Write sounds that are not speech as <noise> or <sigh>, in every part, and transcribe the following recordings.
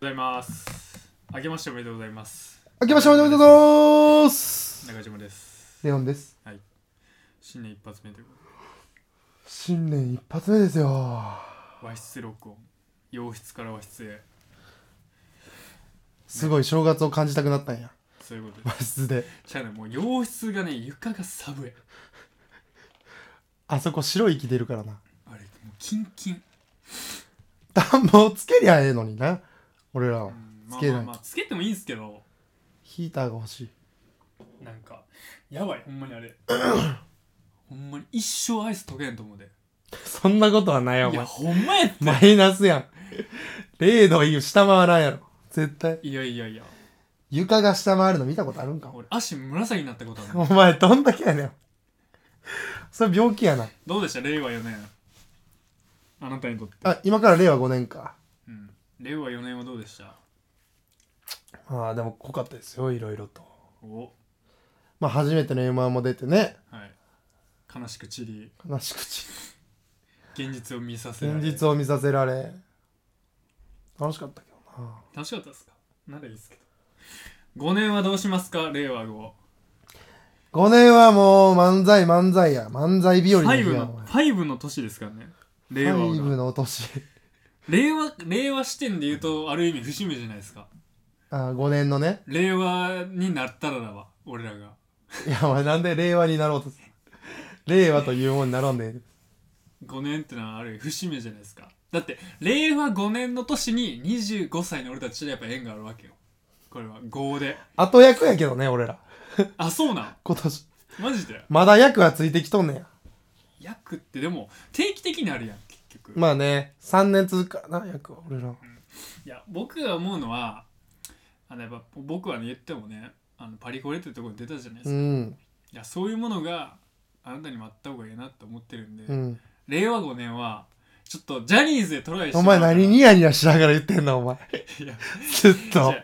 ございます。明けましておめでとうございます。明けましておめでとうございます中島です。レオンです。新年一発目というこ新年一発目ですよ。とで和室録音。洋室から和室へ。すごい正月を感じたくなったんや。そういうことで和室で。す。じゃあね、もう洋室がね、床が寒い。あそこ白い木出るからな。あれ、もうキンキン。暖房つけりゃええのにな。俺らうは。んつけないまあまあまあ、つけてもいいんですけど、ヒーターが欲しい。なんか、やばい、ほんま <coughs> にあれ。ほんまに一生アイス溶けんと思うで。そんなことはないよ、おいや、前。ほんまやって。マイナスやん。0度いいよ下回らんやろ。絶対。いやいやいや、床が下回るの見たことあるんか俺、足紫になったことある。お前、どんだけやねん。それ病気やな。どうでした令和4年。あなたにとって。あ、今から令和5年か。うん。令和4年はどうでしたああ、でも濃かったですよ、いろいろと。おまあ、初めての M1 も出てね。はい悲しく散り悲しくち現実を見させら現れ実を見させられ楽しかったけどな楽しかったですかならいいですけど5年はどうしますか令和5 5年はもう漫才漫才や漫才日和フのァイ日ブやのファイブの年ですからねフ令和ァイブがのお年令和令和視点で言うとある意味節目じゃないですかあ5年のね令和になったらだわ俺らがいやお前なんで令和になろうとする令和というもんにならんでいる5年ってのはある意味節目じゃないですかだって令和5年の年に25歳の俺たちとやっぱ縁があるわけよこれは5で後役やけどね俺らあそうなん今年マジでまだ役はついてきとんねや役ってでも定期的にあるやん結局まあね3年続くからな役は俺らいや僕が思うのはあのやっぱ僕はね言ってもねあのパリコレってところに出たじゃないですか、ういんやそういうものがあなたにもあった方がいいなって思ってるんで、うん令和5年はちょっとジャニーズでトライしておもらう前から何ニヤニヤしながら言ってんのお前いやずっじゃとあ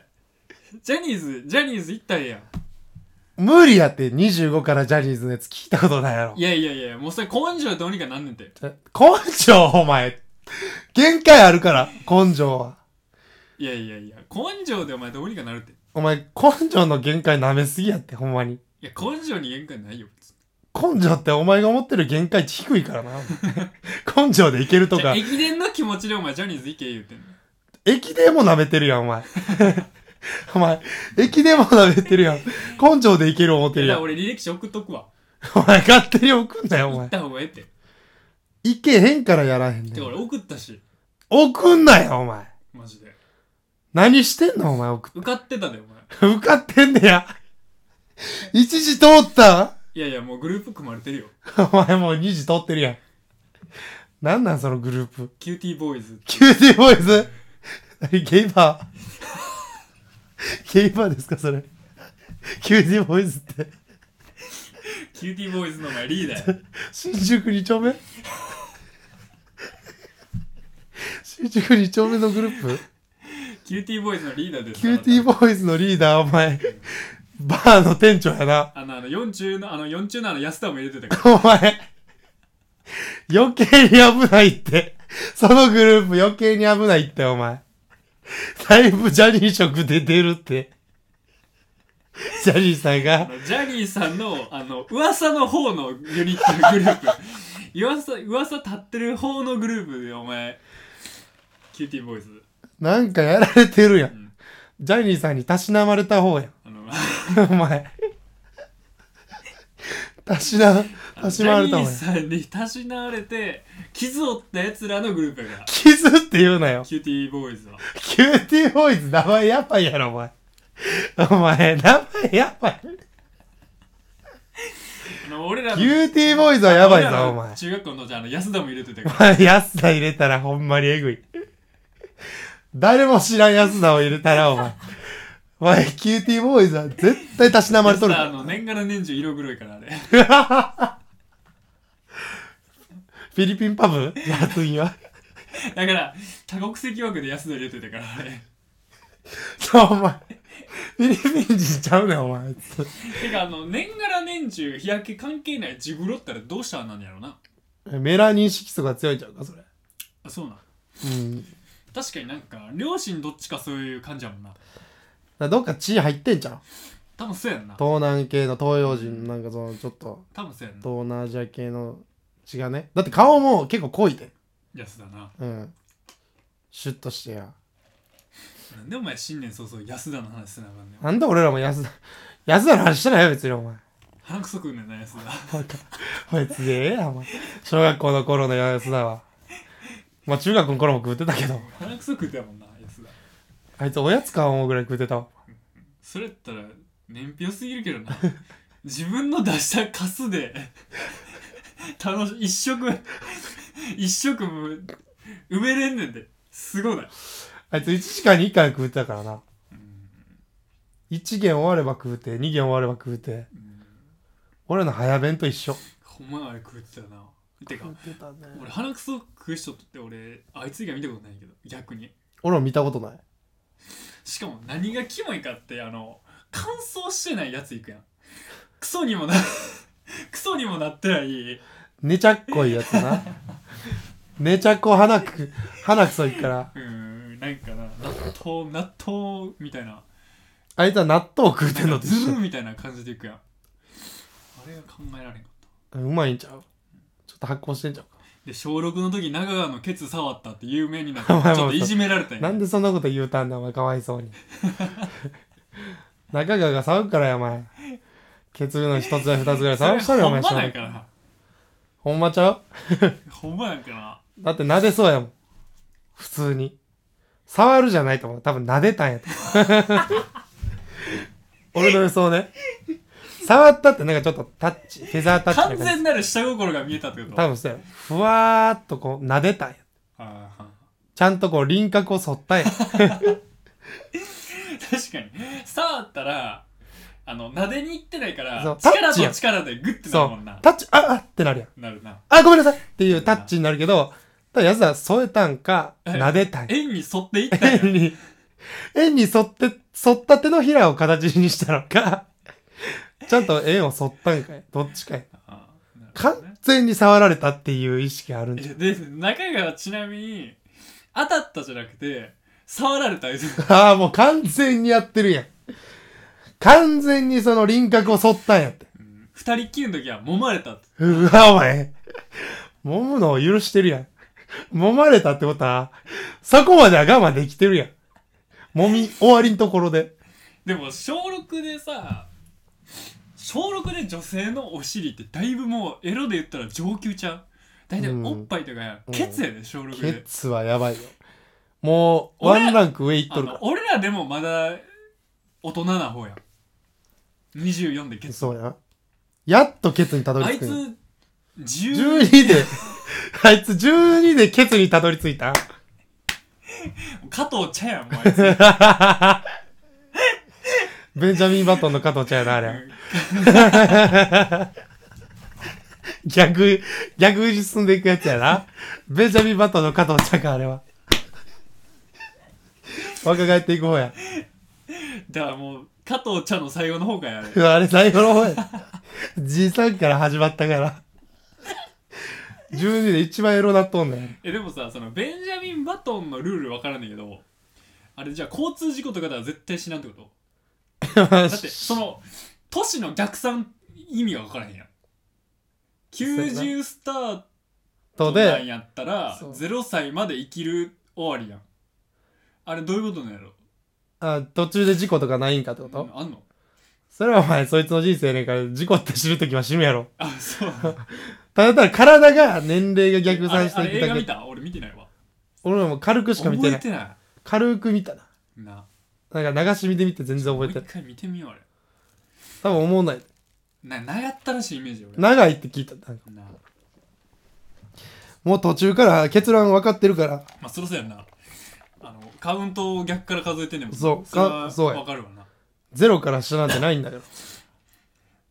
ジャニーズジャニーズ行ったらええやん無理やって25からジャニーズのやつ聞いたことないやろいやいやいやもうそれ根性どうにかなんねんてえ根性お前限界あるから根性はいやいやいや根性でお前どうにかなるっていお前根性の限界舐めすぎやってほんまにや根性に限界ないよ別に根性ってお前が思ってる限界値低いからな根性でいけるとじゃかあ駅伝の気持ちでお前ジャニーズ行け言うてんの駅伝も舐めてるやんお前 <laughs> お前駅伝も舐めてるやん根性でいける思ってるいややん俺履歴書送っとくわお前勝手に送んなよお行っ前た方がええっていけへんからやらへんねてかん俺送ったし送んなよお前マジで何してんのお前送っ受かってたでお前受かってんねや一時通ったいやいやもうグループ組まれてるよお前もう2時通ってるやん。なんなんそのグループ。キューティーボーイズキューティーボーイズ何ゲイバーゲイバーですかそれ。キューティーボーイズって。キューティーボーイズのお前リーダーや新宿2丁目新宿2丁目のグループキューティーボーイズのリーダーですキューティーーボーイズのリーダーお前。バーの店長やな。あのあの4中のあの4中のあの安田も入れてたからお前。余計に危ないって。そのグループ余計に危ないって、お前。だいぶジャニー色出てるって。ジャニーさんあが、のジャニーさんのあの噂の方のユニットのグループ <laughs> 噂噂立ってる方のグループでお前キューティーボーイズなんかやられてるやんん。ジャニーさんにたしなまれた方やん。あのお前。たしな、たしジなャまれニたー方やん。さんにたしなわれて傷を負ったやつらのグループやから傷って言うなよ。キューティーボーイズはキューティーボーイズ名前やばいやろ、お前。お前、名前やばい。あの俺らのキューティーボーイズはやばい俺らぞ、のお前。中学校のじゃああの安田も入れてたからお前、安田入れたらほんまにえぐい。誰も知らん安田を入れたら、お前。お前、キューティーボーイズは絶対たしなまれと安る。田あの年がら年中色黒いからあれ <laughs> フィリピンパブやつには。だから多国籍枠で安田入れてたからあれ <laughs> そう、お前。フィリピン人ちゃうねん、お前。あいつてかあの年がら年中日焼け関係ないジグロったらどうしたらなんやろなメラニン色素が強いんちゃうか、それ。あそうなんうん。確かになんか両親どっちかそういう感じやもんならどっか血入ってんじゃん多分そうやんな東南系の東洋人なんかそのちょっと多分そうやんな東南アジア系の血がねだって顔も結構濃いでやつだなうんシュッとしてやなんでお前新年早々安田の話せなあかんねんなんで俺らも安田 <laughs> 安田の話してないよ別にお前鼻くそくんねんな安田 <laughs> こいつでええやんお前小学校の頃の安田はまあ中学の頃も食ってたけど鼻くそ食うてたもんな安田あいつおやつか思うぐらい食ってたわそれやったら年表すぎるけどな <laughs> 自分の出したカスで <laughs> 楽し一食一食も埋めれんねんですごないあいつ1時間に1回食ってたからな1軒終われば食うて2軒終われば食うて俺の早弁と一緒ほんまあれ食うてたよなてかてたね俺鼻くそ食う人って俺あいつ以外見たことないけど逆に俺も見たことないしかも何がキモいかってあの乾燥してないやついくやんクソにもな <laughs> クソにもなってない寝ちゃっこいやつな <laughs> 寝ちゃっこ鼻く鼻くそいくからうーんなんかな納豆納豆みたいなあいつは納豆を食うてんのと一ズ緒ルみたいな感じでいくやんあれが考えられんかったうまいんちゃうちょっと発酵してんちゃうかで小6の時長川のケツ触ったって有名になっお前てもちょっといじめられたんなやんでそんなこと言うたんだお前かわいそ <laughs> うに中川が騒ぐからやお前ケツの一つや二つぐらいそれ騒したらほおん前ましなんかなほんまちゃうほんまなんかなだって撫でそうやもん普通に触るじゃないと思う多分撫でたんやと思う <laughs> 俺の予想ね触ったってなんかちょっとタッチフェザータッチな完感じ全なる下心が見えたってこと多分そうやふわーっとこう撫でたんやああちゃんとこう輪郭を <laughs> 剃ったんや確かに触ったらあの撫でに行ってないからそうタ力ッチやと力でグッてなそるもんうなタッチああってなるやんなるなあごめんなさいっていうタッチになるけどただやつは添えたんかはい撫でたんや円に沿っていったんや円に円に沿って沿った手のひらを形にしたのかちゃんと円を沿ったんかいどっちかいああなるほどね完全に触られたっていう意識あるんじゃん。えで中川ちなみに当たったじゃなくて触られたやつああ、もう完全にやってるやん。完全にその輪郭を剃ったんやって。うん二人っきりの時は揉まれたってうわ、お前。揉むのを許してるやん。揉まれたってことは、そこまでは我慢できてるやん。揉み終わりのところで。でも小6でさ小6で女性のお尻ってだいぶもうエロで言ったら上級ちゃう大体おっぱいとかやん、うんケツやで小6でケツはやばいよ。もう、ワンランク上いっあとるのか俺らでもまだ大人な方やん24でケら。ツそうやな。やっとケツにたどありい着くんや。つ10 12で、あいつ12でケツにたどり着いた加藤茶やんもうあいつベンジャミン・バトンの加藤ちゃんやな、あれ。逆、逆に進んでいくやつやな。ベンジャミン・バトンの加藤ちゃんか、あれは。若返っていく方や。 <laughs> だからもう加藤茶の最後の方かやあれうわあれ最後の方や。じいさんから始まったから。12で一番エロなっとんね <laughs> ん。えでもさそのベンジャミン・バトンのルールわからんねんけどあれじゃあ交通事故とかでは絶対死なんってことだってその都市の逆算意味が分からへんやん90スタートとなんで、やったらそう0歳まで生きる終わりやんあれどういうことなんやろあ途中で事故とかないんかってこと、うんあんのそれはお前、そいつの人生やねんから、事故って死ぬときは死ぬやろ。あそうただただ体が、年齢が <laughs> 逆あれ算してあいれく映だ画見け。た俺見てないわ俺らも軽くしか見覚てなえい。てな軽く見たな。いななんか流し見で見て全然もう覚えて一な回い。見てみようあれ多分思わない。ななやったらしいイメージ俺長いって聞いた。なんかなもう途中から結論分かってるから、まあそろそろやんなあのカウントを逆から数えてんねんもんそうそれはかそうや分かるわなゼロから下なんてないんだから。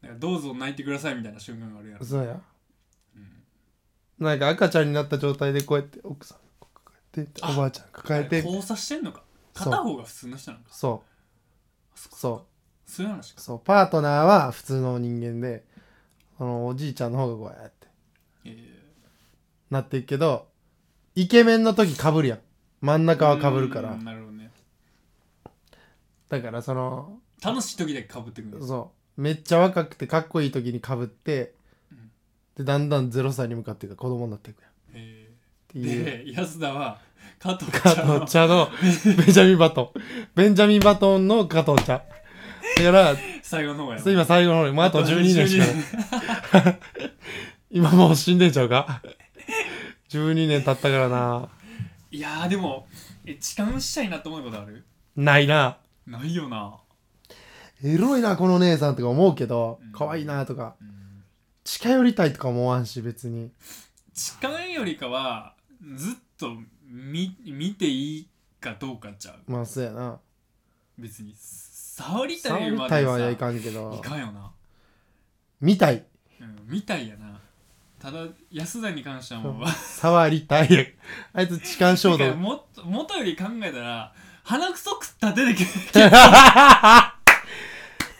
なんかどうぞ泣いてくださいみたいな瞬間があるやんそうや。なんか赤ちゃんになった状態でこうやって奥さん抱えて、あおばあちゃん抱えあれて、交差してんのかそう片方が普通の人なのかそ、そうそそういう話う、かそう。パートナーは普通の人間で、そのおじいちゃんの方がこうやってええなっていくけど、イケメンの時被るやん。真ん中はかぶるからうんなるほどねだからその楽しい時だけかぶってくるんですそうめっちゃ若くてかっこいい時にかぶってんでだんだん0歳に向かっていく子供になっていくやんっへてーいうで安田は加藤加ちゃん藤の茶のベンジャミンバトンベンジャミンバトンの加藤茶だから最後の方やろ今最後の方にもうあと12年しかない今もう死んでんちゃうか12年経ったからないやーでもえ痴漢したいなって思うことあるないなないよな、エロいなこの姉さんとか思うけどうん可愛いなとかうん近寄りたいとか思わんし別に痴漢よりかはずっと見見ていいかどうかちゃうまあそうやな別に触りた触いりまたでいさはいかんけいどかんよな、見たいうん、みたいやなただ安田に関してはもう触りた <laughs> いあいつ痴漢衝て動 <laughs> かもっと元より考えたら鼻くそ食った出てけ <laughs> てか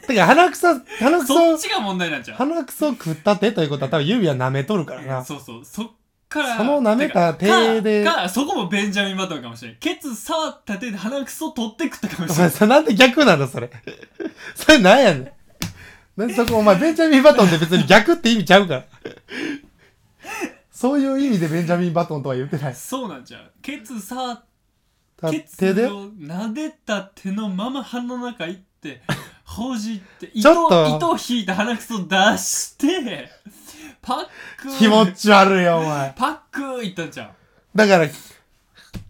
鼻くそ鼻くそっそちが問題なんちゃう鼻くそ食った手ということは多分指は舐めとるからなそうそうそっからその舐めた手でてかかそこもベンジャミンバトンかもしれんケツ触った手で鼻くそ取って食ったかもおしれ前んさなんで逆なのそれ <laughs> それなんやねんなんでそこお前ベンジャミンバトンって別に逆って意味ちゃうからそういう意味でベンジャミンバトンとは言ってないそうなんちゃうケツ触ったケツ手でを撫でた手のまま鼻の中行 <laughs> ってほじってち糸ょっと糸を引いて鼻くそ出してパック気持ち悪いよお前パックいったんちゃうだから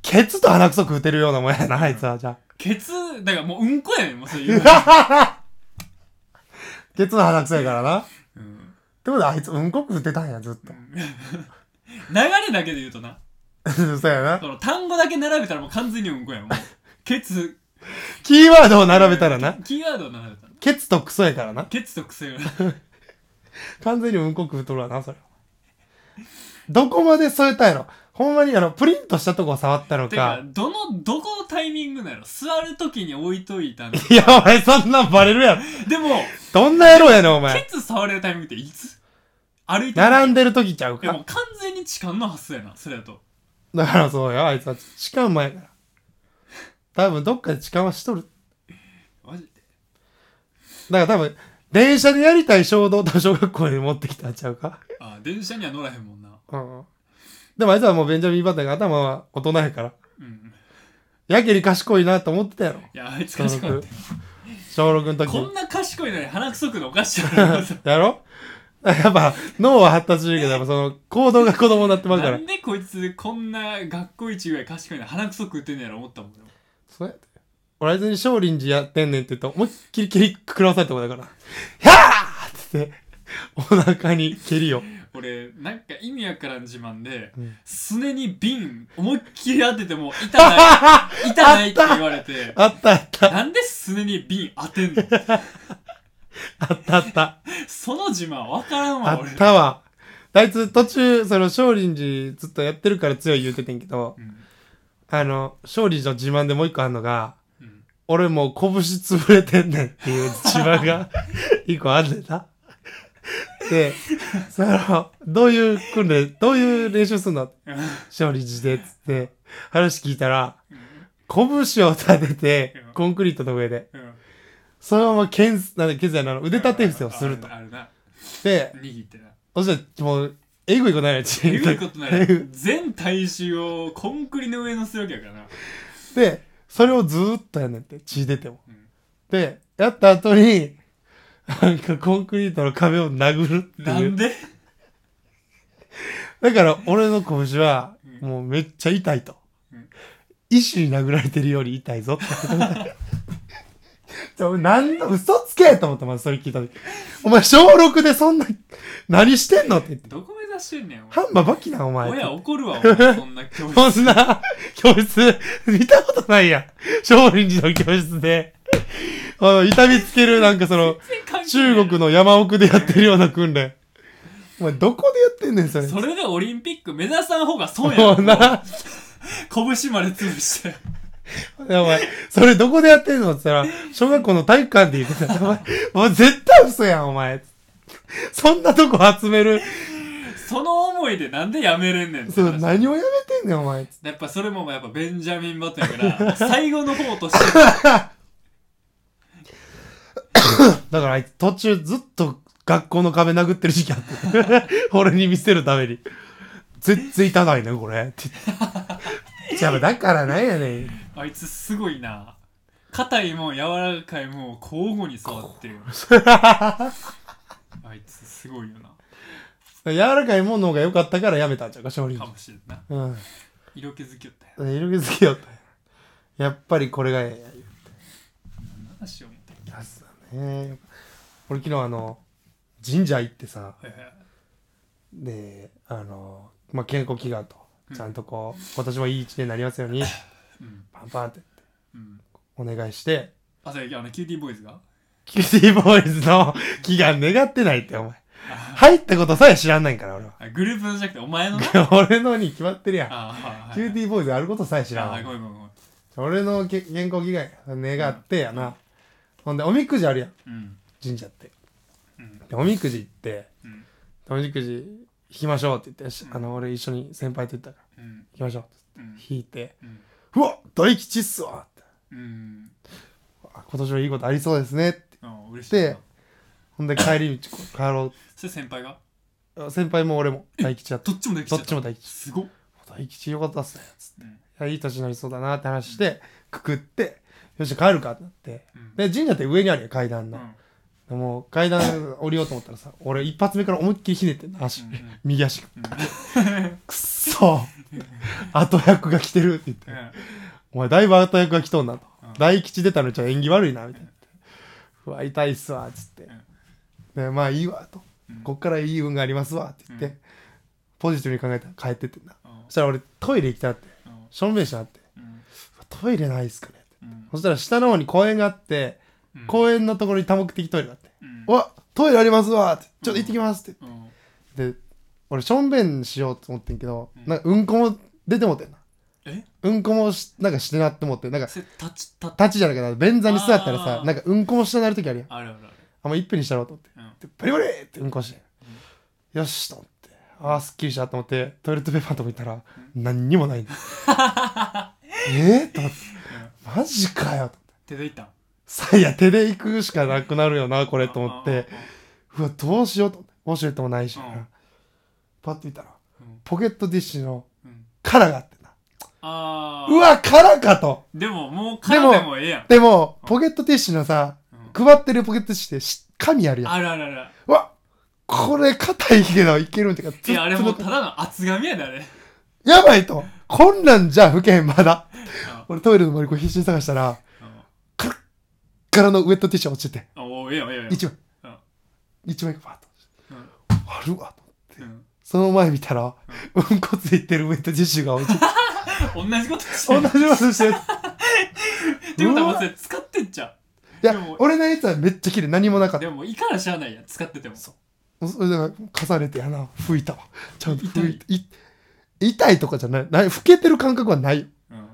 ケツと鼻くそ食うてるようなもんやなあいつはじゃケツだからもううんこやねんもうそれ言う <laughs> ならあケツの鼻くそやからなっうんてことはあいつうんこ食うてたんやずっと <laughs> 流れだけで言うとなそうやなその単語だけ並べたらもう完全にうんこ <laughs> やんもうケツキーワードを並べたらなキーワードを並べたらケツとクソやからなケツと癖 <laughs> が完全にうんこ食うとるわな、それ。どこまで添えたんやろほんまに、あの、プリントしたとこ触ったのてかか。どのどこのタイミングなの座る時に置いとい <laughs> たのいや、お前そんなんバレるやろ。でもどんな野郎やねん、おケ前。ツ触れるタイミングっていつ歩いてる並んでる時ちゃういやもか。う完全に痴漢の発想やなそれだとだからそうよ、あいつは。痴漢うまいから。多分、どっかで痴漢はしとる。マジでだから多分、電車でやりたい衝動と小学校に持ってきたんちゃうか。あ電車には乗らへんもんなうん。でもあいつはもうベンジャミン・バタンが頭は大人やから。うんやけに賢いなと思ってたやろ。いやあいつ賢かった小6の時こんな賢いのに鼻くそくのおかしい <laughs> なやろやっぱ脳は発達してるけど、やっぱその行動が子供になってまうかならん。でこいつこんな学校一ぐらい賢いのに鼻くそ食ってんねやろ思ったもん俺もそうやって。俺あいつに少林寺やってんねんって言うと、思いっきり蹴り食らわされたことだから、 <laughs> やーって言って、お腹に蹴りを。俺なんか意味わからん自慢で、うんすねに瓶思いっきり当てても痛 <laughs> ない痛ないって言われてあったあった、なんですねに瓶当てんのあったあった、その自慢わからんあわ俺ったわ。あいつ途中、その少林寺ずっとやってるから強い言うててんけど、うんあの、少林寺の自慢でもう一個あんのが、うん俺もう拳潰れてんねんっていう自慢が一個あんねんな。で、その、どういう訓練、どういう練習すんの勝利寺でっつって、話聞いたら、拳を立てて、コンクリートの上で、うんそのまま剣、なんで、剣じゃないの、腕立て伏せをするとあ。あるなで、握ってなそしたら、もう、えぐいことないやつ。。えぐいことない全体臭をコンクリの上のするわけやからな。で、それをずーっとやんねんって、血出ても。うんで、やった後に、なんかコンクリートの壁を殴るってないんう。でだから俺の拳は、うんもうめっちゃ痛いとうん。医師に殴られてるより痛いぞってこと <laughs> だ。ちょ、なんだ、嘘つけと思った、まずそれ聞いた時。 <laughs> お前小6でそんな、何してんのって言って。どこ目指してんねん、おハンマバキな、お前。前。親怒るわ、お前。そんな教室。そんな、教室、見たことないやん。少林寺の教室で。あの、痛みつける、なんかそ <laughs> の、中国の。の山奥でやってるような訓練。お前、どこでやってんねん、それ。それでオリンピック目指さん方が損やもうろ。な、拳まで潰して。い <laughs> やお前、それどこでやってんのって言ったら、小学校の体育館で言ってた。お前、もう絶対嘘やん、お前。そんなとこ集める、その思いでなんでやめれんねんってそ話う、何をやめてんねん、お前。やっぱそれもやっぱベンジャミン・バトンやから <laughs> 最後の方としてだからあいつ途中ずっと学校の壁殴ってる時期あって。 <laughs> 俺に見せるために。全然痛ないね、これ。って言って。じゃあ、だからなんやねん。あいつすごいな硬いもん柔らかいもんを交互に触って <laughs> るあいつすごいよな柔らかいもんの方が良かったからやめたんちゃうか、少林か寺。もしれんなうん。色気づきよったよ色気づけよったんややっぱりこれがええんや言う話を思ってやつだね。俺昨日あの、神社行ってさ、はいはいであの、まあ、健康祈願とちゃんとこう、今年もいい一年になりますようにうんパンパンってうんお願いしてあそれあのキューティーボーイズがキューティーボーイズの祈願願ってないってお前入ったことさえ知らんないんから俺はあグループのじゃなくてお <laughs> 前のな俺のに決まってるやんあキューティーィーボーイズあることさえ知知らんらわんごめんごめんごめん俺のけ健康祈願願ってやな、ほんでおみくじあるやんうん神社ってうんでおみくじ行ってうんおみくじ引きましょうって言って、うんあの俺一緒に先輩と言ったからうん引きましょうってうん引いてうんうわ大吉っすわってうんあ今年はいいことありそうですねってうん嬉しいでなほんで帰り道こう帰ろそれ先輩がうあ先輩も俺も大吉だったどっちもできちどゃっったちも大吉すごっ大吉よかったっすねつってうんいやいい年になりそうだなって話してくくってよし帰るかってなってうんで神社って上にあるよ階う段の、んでもう階段降りようと思ったらさ俺一発目から思いっきりひねってんの足、うんうん右足うんくっそ後役が来てるって言ってうんお前だいぶ後役が来とんなと、うん大吉出たのちょ縁起悪いなみたいな、うわ痛いっすわっつって、でまあいいわと、うんこっからいい運がありますわって言って、うんポジティブに考えたら帰ってってんなうんそしたら俺トイレ行きたってうん正面車あってうんトイレないっすかねってうんそしたら下の方に公園があって、うん公園のところに多目的トイレがあってうん「わトイレありますわ」って「ちょっと行ってきます」って、うんで俺しょんべんしようと思ってんけど、うんなんかうんこも出てもうてんなえうんこもしなんかしてなって思ってなんかそれ立ち立っ立ちじゃなくて便座に座ったらあさーなんかうんこもしたなるときあるやんあるあるあんまいっぺんにしたろうと思ってあるでバリバリってうんこして、よしと思ってああすっきりしたと思ってトイレットペーパーのとこ行ったら、何にも <laughs> ないんだえー、と思ってマジかよと思って手でいったんさいや手で行くしかなくなるよなこれと思ってうわどうしようと思ってウォシュレットもないし、うんパッと見たらうんポケットティッシュのうん殻があってなああうわ殻かとでももうからでもええやんでもポケットティッシュのさうん配ってるポケットティッシュってし紙あるやんあるあるあるうわこれ硬いけどいけるんてかいやあれもうつただの厚紙やであれやばいとこんなんじゃ吹けへんまだ俺トイレの周りこう必死に探したら柄のウェットティッシュ落ちててうんおおええよええよ一枚うん一枚がパうッとんあるわとうんその前見たらうんこついてるウェットティッシュが落ちてて同じことして同るっじことしてるてことはもううわそれ使ってんちゃいやでも俺のやつはめっちゃ綺麗何もなかうったでもいいからしゃあないやん使っててもそそれだから重ねてやな拭いたわちゃんと拭い痛てい痛いとかじゃないない拭けてる感覚はないようん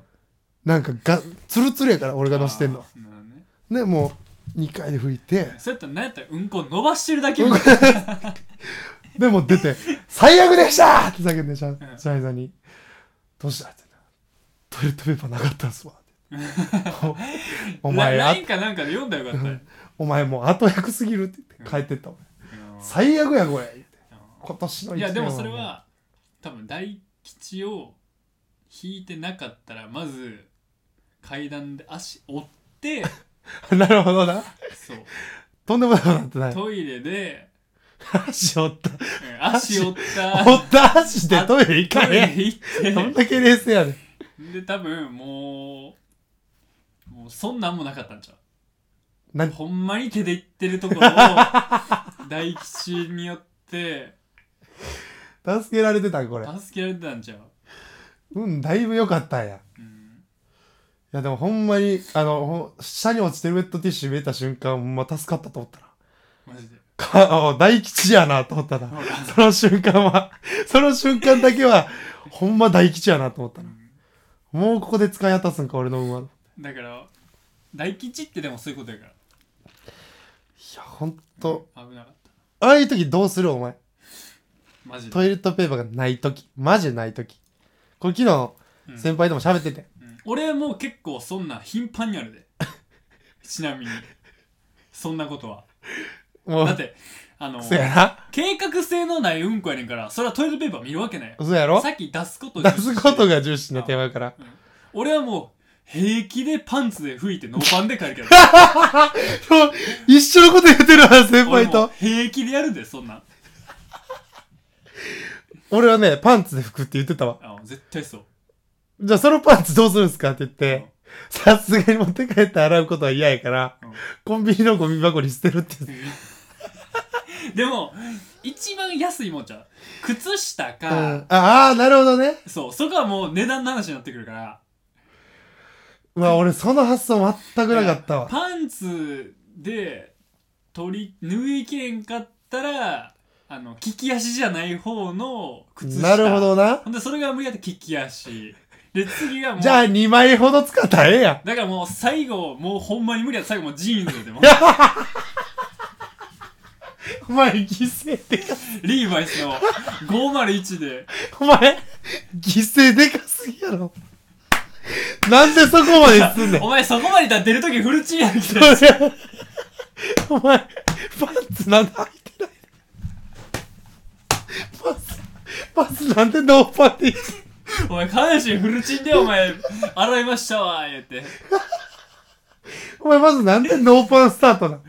なんかがツルツルやから俺が乗せてんのはあーなるほどねでもう2回で拭いてそうやったら何やったらうんこ伸ばしてるだけみたいなでも出て「最悪でした!」って叫んでシャうんシャイさんに「どうした?」って「トイレットペーパーなかったんすわ」っておお前ラあインかなんかで読んだらよかったよお前もう後役すぎるって言って帰ってった俺最悪やこれ言って今年のうんい一年やでもそれは多分大吉を引いてなかったらまず階段で足折って <laughs> なるほどなそうとんでもないことになってないトイレで足折ったうん足折った折った足でトイレ行トかイレね行えどんっだけ冷静やねんてで多分もうもうそんなんもなかったんちゃう何ほんまに手で行ってるところを大吉によって助けられてたんこれ助けられてたんちゃう、うんだいぶ良かったんやうん、いやでもほんまに、あの、ほん下に落ちてるウェットティッシュ見えた瞬間、ほんま助かったと思ったら。マジでか、あ大吉やなと思ったら。その瞬間は、その瞬間だけは、ほんま大吉やなと思ったら。もうここで使い果たすんか、俺の馬の。<laughs> いだから大吉ってでもそういうことやからや、ほんと。危なかったああいう時どうするお前。マジでトイレットペーパーがない時マジでない時これ昨日うん先輩とも喋ってて、うん俺もう結構そんな頻繁にあるで <laughs> ちなみにそんなことはもだっうてあのそうやな計画性のないうんこやねんからそれはトイレットペーパー見るわけないよそうやろさっき出すこと出すことがが重視の手前から俺はもう平気でパンツで拭いてノーパンで帰るけどそう <laughs> 一緒のこと言ってるわ先俺輩もうと平気でやるでそんなん俺はねパンツで拭くって言ってたわあ絶対そうじゃあそのパンツどうするんですかって言ってさすがに持って帰って洗うことは嫌やからうんコンビニのゴミ箱に捨てるって言っ <laughs> てでも一番安いもんちゃう靴下うか、んああなるほどねそうそこはもう値段の話になってくるからうわ俺その発想全くなかったわパンツで取り脱ぎきれんかったらあの利き足じゃない方の靴下なるほどなほんでそれが無理やって利き足で次はもうじゃあ2枚ほど使ったらええやんだからもう最後もうほんまに無理やったら最後もうジーンズでもお前犠牲でかリーバイスの501でお前犠牲でかすぎやろなんでそこまで進んねんお前そこまでいったら出る時フルチンやんけそれお前パンツなんで履いてないパスパスなんでノーパンでいいお前下半身フルチンでお前洗いましたわ言ってお前まずなんでノーパンスタートなの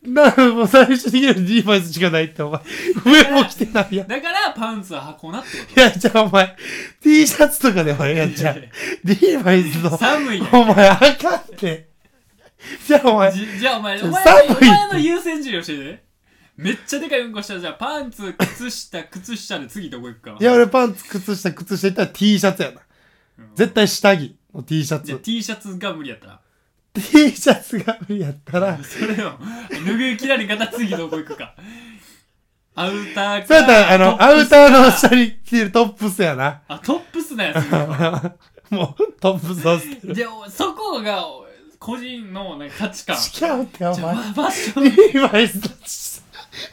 なるもう最初に言うリーバイスしかないってお前上も着てないやんだからパンツは箱なってこいやじゃあお前 T シャツとかでもええやんとじゃんリーバイスの寒いやんお前あかんってじゃあお前じじゃあお前ちょお前寒いお前の優先順位教えてめっちゃでかいうんこしたらじゃあパンツ靴下靴下で次どこ行くかいや俺パンツ靴下靴下いったら T シャツやなうん絶対下着の T シャじゃあツ T シャツが無理やったら T シャツが無理やった <laughs> らそれを脱ぎ切られ方次どこ行くかアウターかそうやったらトあのッアプウスターの下に着てるトップスやな <laughs> あトップスなんやそれはもうトップスを捨てるじゃあそこが個人のなんか価値観違うっておじゃあ前まファッションリーバイスだ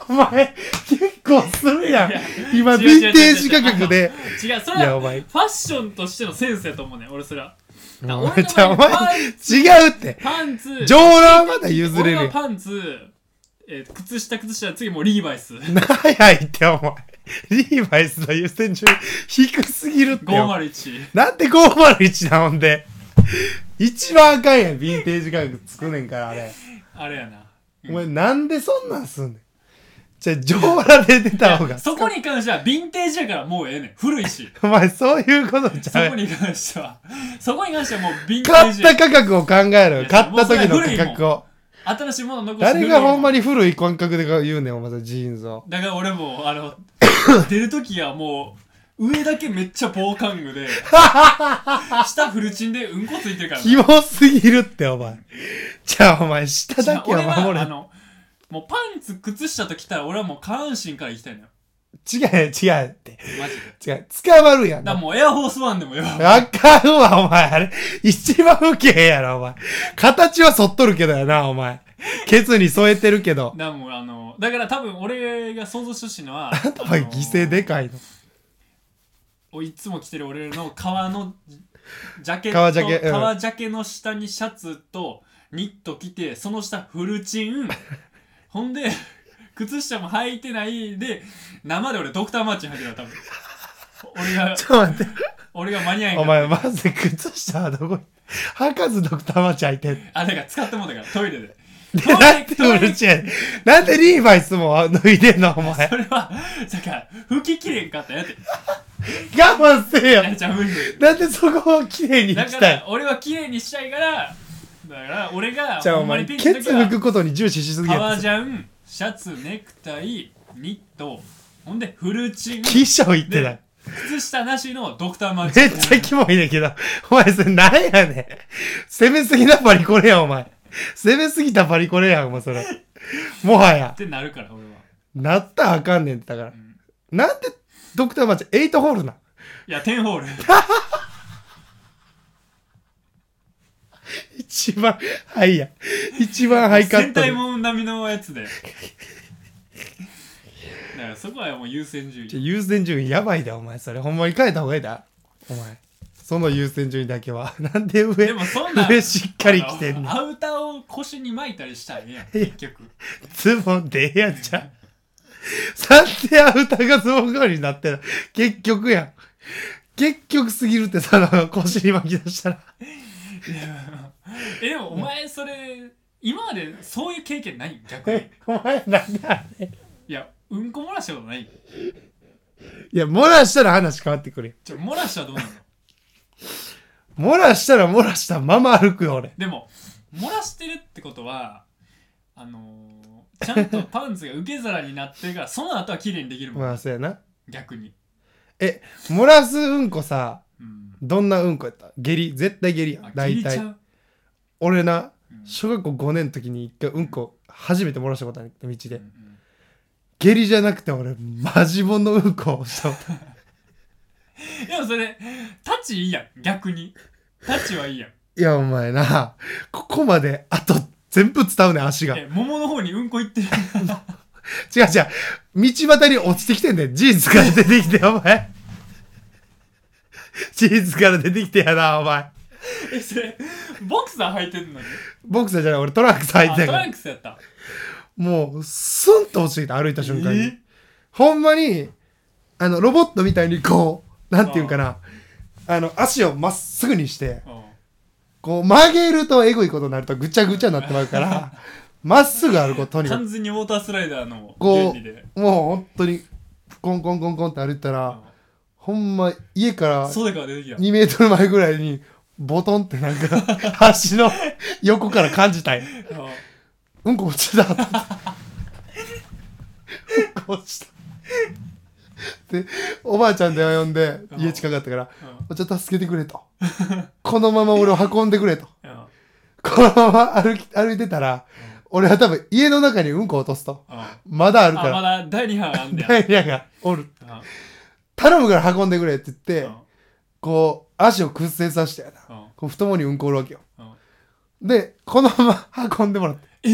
お前結構するやんいや今ヴィンテージ価格で違うそいれやおは前ファッションとしてのセンスやと思うねん俺それはおや前じゃあお前パン違うってパンツ上裸はまだ譲れ俺るやはんパンツ、えー靴下靴下次もうリーバイス早いってお前リーバイスの優先順位低すぎるってよ501なんで501なほんで一番あかんやんヴィンテージ価格つくねんからあれあれやなお前なんでそんなんすんねんじゃあ上裸で出た方がそこに関してはヴィンテージやからもうええねん古いしお前そういうことじそゃこんに関してはそこに関してはもうヴィンテ買ーっジやた価格を考えろよい買やった時のもうそれ価格を新しいもの残して誰がほんまにに古い感覚で言うねんお前そのジーンズをだから俺もあの <laughs> 出る時はもう上だけめっちゃ防寒具 <laughs> で下フルチンでうんこついてるからなキモすぎるってお前じゃあお前下だけ俺は守はれあのもうパンツ靴下ときたら俺はもう下半身から行きたいのよ違う違うってマジ <laughs> で違う捕まるやんだからもうエアフォースワンでもよ。 <laughs> あかんわ、お前。あれ、一番ウケへんやろ、お前。形は反っとるけどやな、お前。ケツに添えてるけど。だからもうあの、だから多分俺が想像してほしいの <laughs> は、あお前、犠牲でかいの。のいつも着てる俺の革のジャケット、革ジャケうん革ジャケの下にシャツとニット着て、その下フルチン。 <laughs> ほんで、靴下も履いてないで、生で俺ドクターマーチン履いてるわ、多分。俺が、ちょっと待って。俺が間に合えんかおった前、まず靴下はどこに履かずドクターマッチ履いてんあ、だから使ってもうたから、トイレで。で、なんでフルチェーン。なんでリーバイスも脱いでんの、お前そ。れは、だから、拭ききれんかったんやって。我慢せえよ。じゃあ、無理で。なんでそこを綺麗にだ行きかたらい俺は綺麗にしたいからだから俺がじゃあ、ほおんまに前、ピンチケの時ツ拭はくことに重視しすぎや革つ。ジャンシャツネクタイニットほんでフルチンキーシャを言ってない。靴下なしのドクターマーチめっちゃキモいねんけど、お前それなんやねん。攻めすぎなパリコレやん、お前。攻めすぎたパリコレやん、お前それ。もはやっ。てなるから俺はなったらあかんねんって、だから。なんで、ドクターマッチ、エイトホールな。いやテンホール一番、はいや。一番ハイカッ戦トで隊。もん並みのやつでだからそこはもう優先順ちょ位優先順位やばいだお前それほんまに変えた方がいいだお前その優先順位だけはなんでで上もそんな上しっかり着てんねんアウターを腰に巻いたりしたいね結局ズボンでええやんちゃうなんでアウターがズボン代わりになってる結局やん結局すぎるってその腰に巻き出したらえでもお前それ今までそういう経験ない逆にえお前なんだあれいやうんこ漏らしたことないいや漏らしたら話変わってくるよちょ漏らしたらどうなの漏らしたら漏らしたまま歩くよ俺でも漏らしてるってことはあのーちゃんとパンツが受け皿になってるからその後は綺麗にできるもん、まあそうやな逆に、え漏らすうんこさうん、どんなうんこやった下痢絶対下痢やん切大りちゃ体う、俺なうん小学校5年の時に一回うんこ初めて漏らしたことある道うでんうん下痢じゃなくて俺マジボンのうんこをしたことあるでもそれタッチいいやん逆にタッチはいいやんいやお前なここまであと全部伝うねん足が違うえ桃の方にうんこいってる <laughs> 違う道端に落ちてきてんねんジーンズから出てきてお前ジーンズから出てきてやなお前えそれボクサー履いてんのにボクサーじゃない俺トランクス履いあてんトかラらンクスやったもうスンと落ちてきた歩いた瞬間に、えほんまに、あの、ロボットみたいにこう、なんていうんかな、あの、足をまっすぐにして、うんこう曲げるとエグいことになるとぐちゃぐちゃになってまう <laughs> から、まっすぐ歩こう、とにか完く。全にウォータースライダーの原こ理でう、もう本当に、コンコンコンコンって歩いたら、ほんま、家から袖から出てきた2メートル前ぐらいに、ボトンってなんか、 <laughs> 橋の横から感じたい。うんうんこ落ちたと思ってうんこ落ちたでおばあちゃん電話呼んでうん家近かったからうん「お茶助けてくれ」と「このまま俺を運んでくれ」とうんこのまま歩き歩いてたら俺は多分家の中にうんこ落とすとうんまだあるかあまらだ第2波があんだよダイヤがおる頼むから運んでくれって言ってこう足を屈折させてやなこう太ももにうんこおるわけよでこのまま運んでもらってええ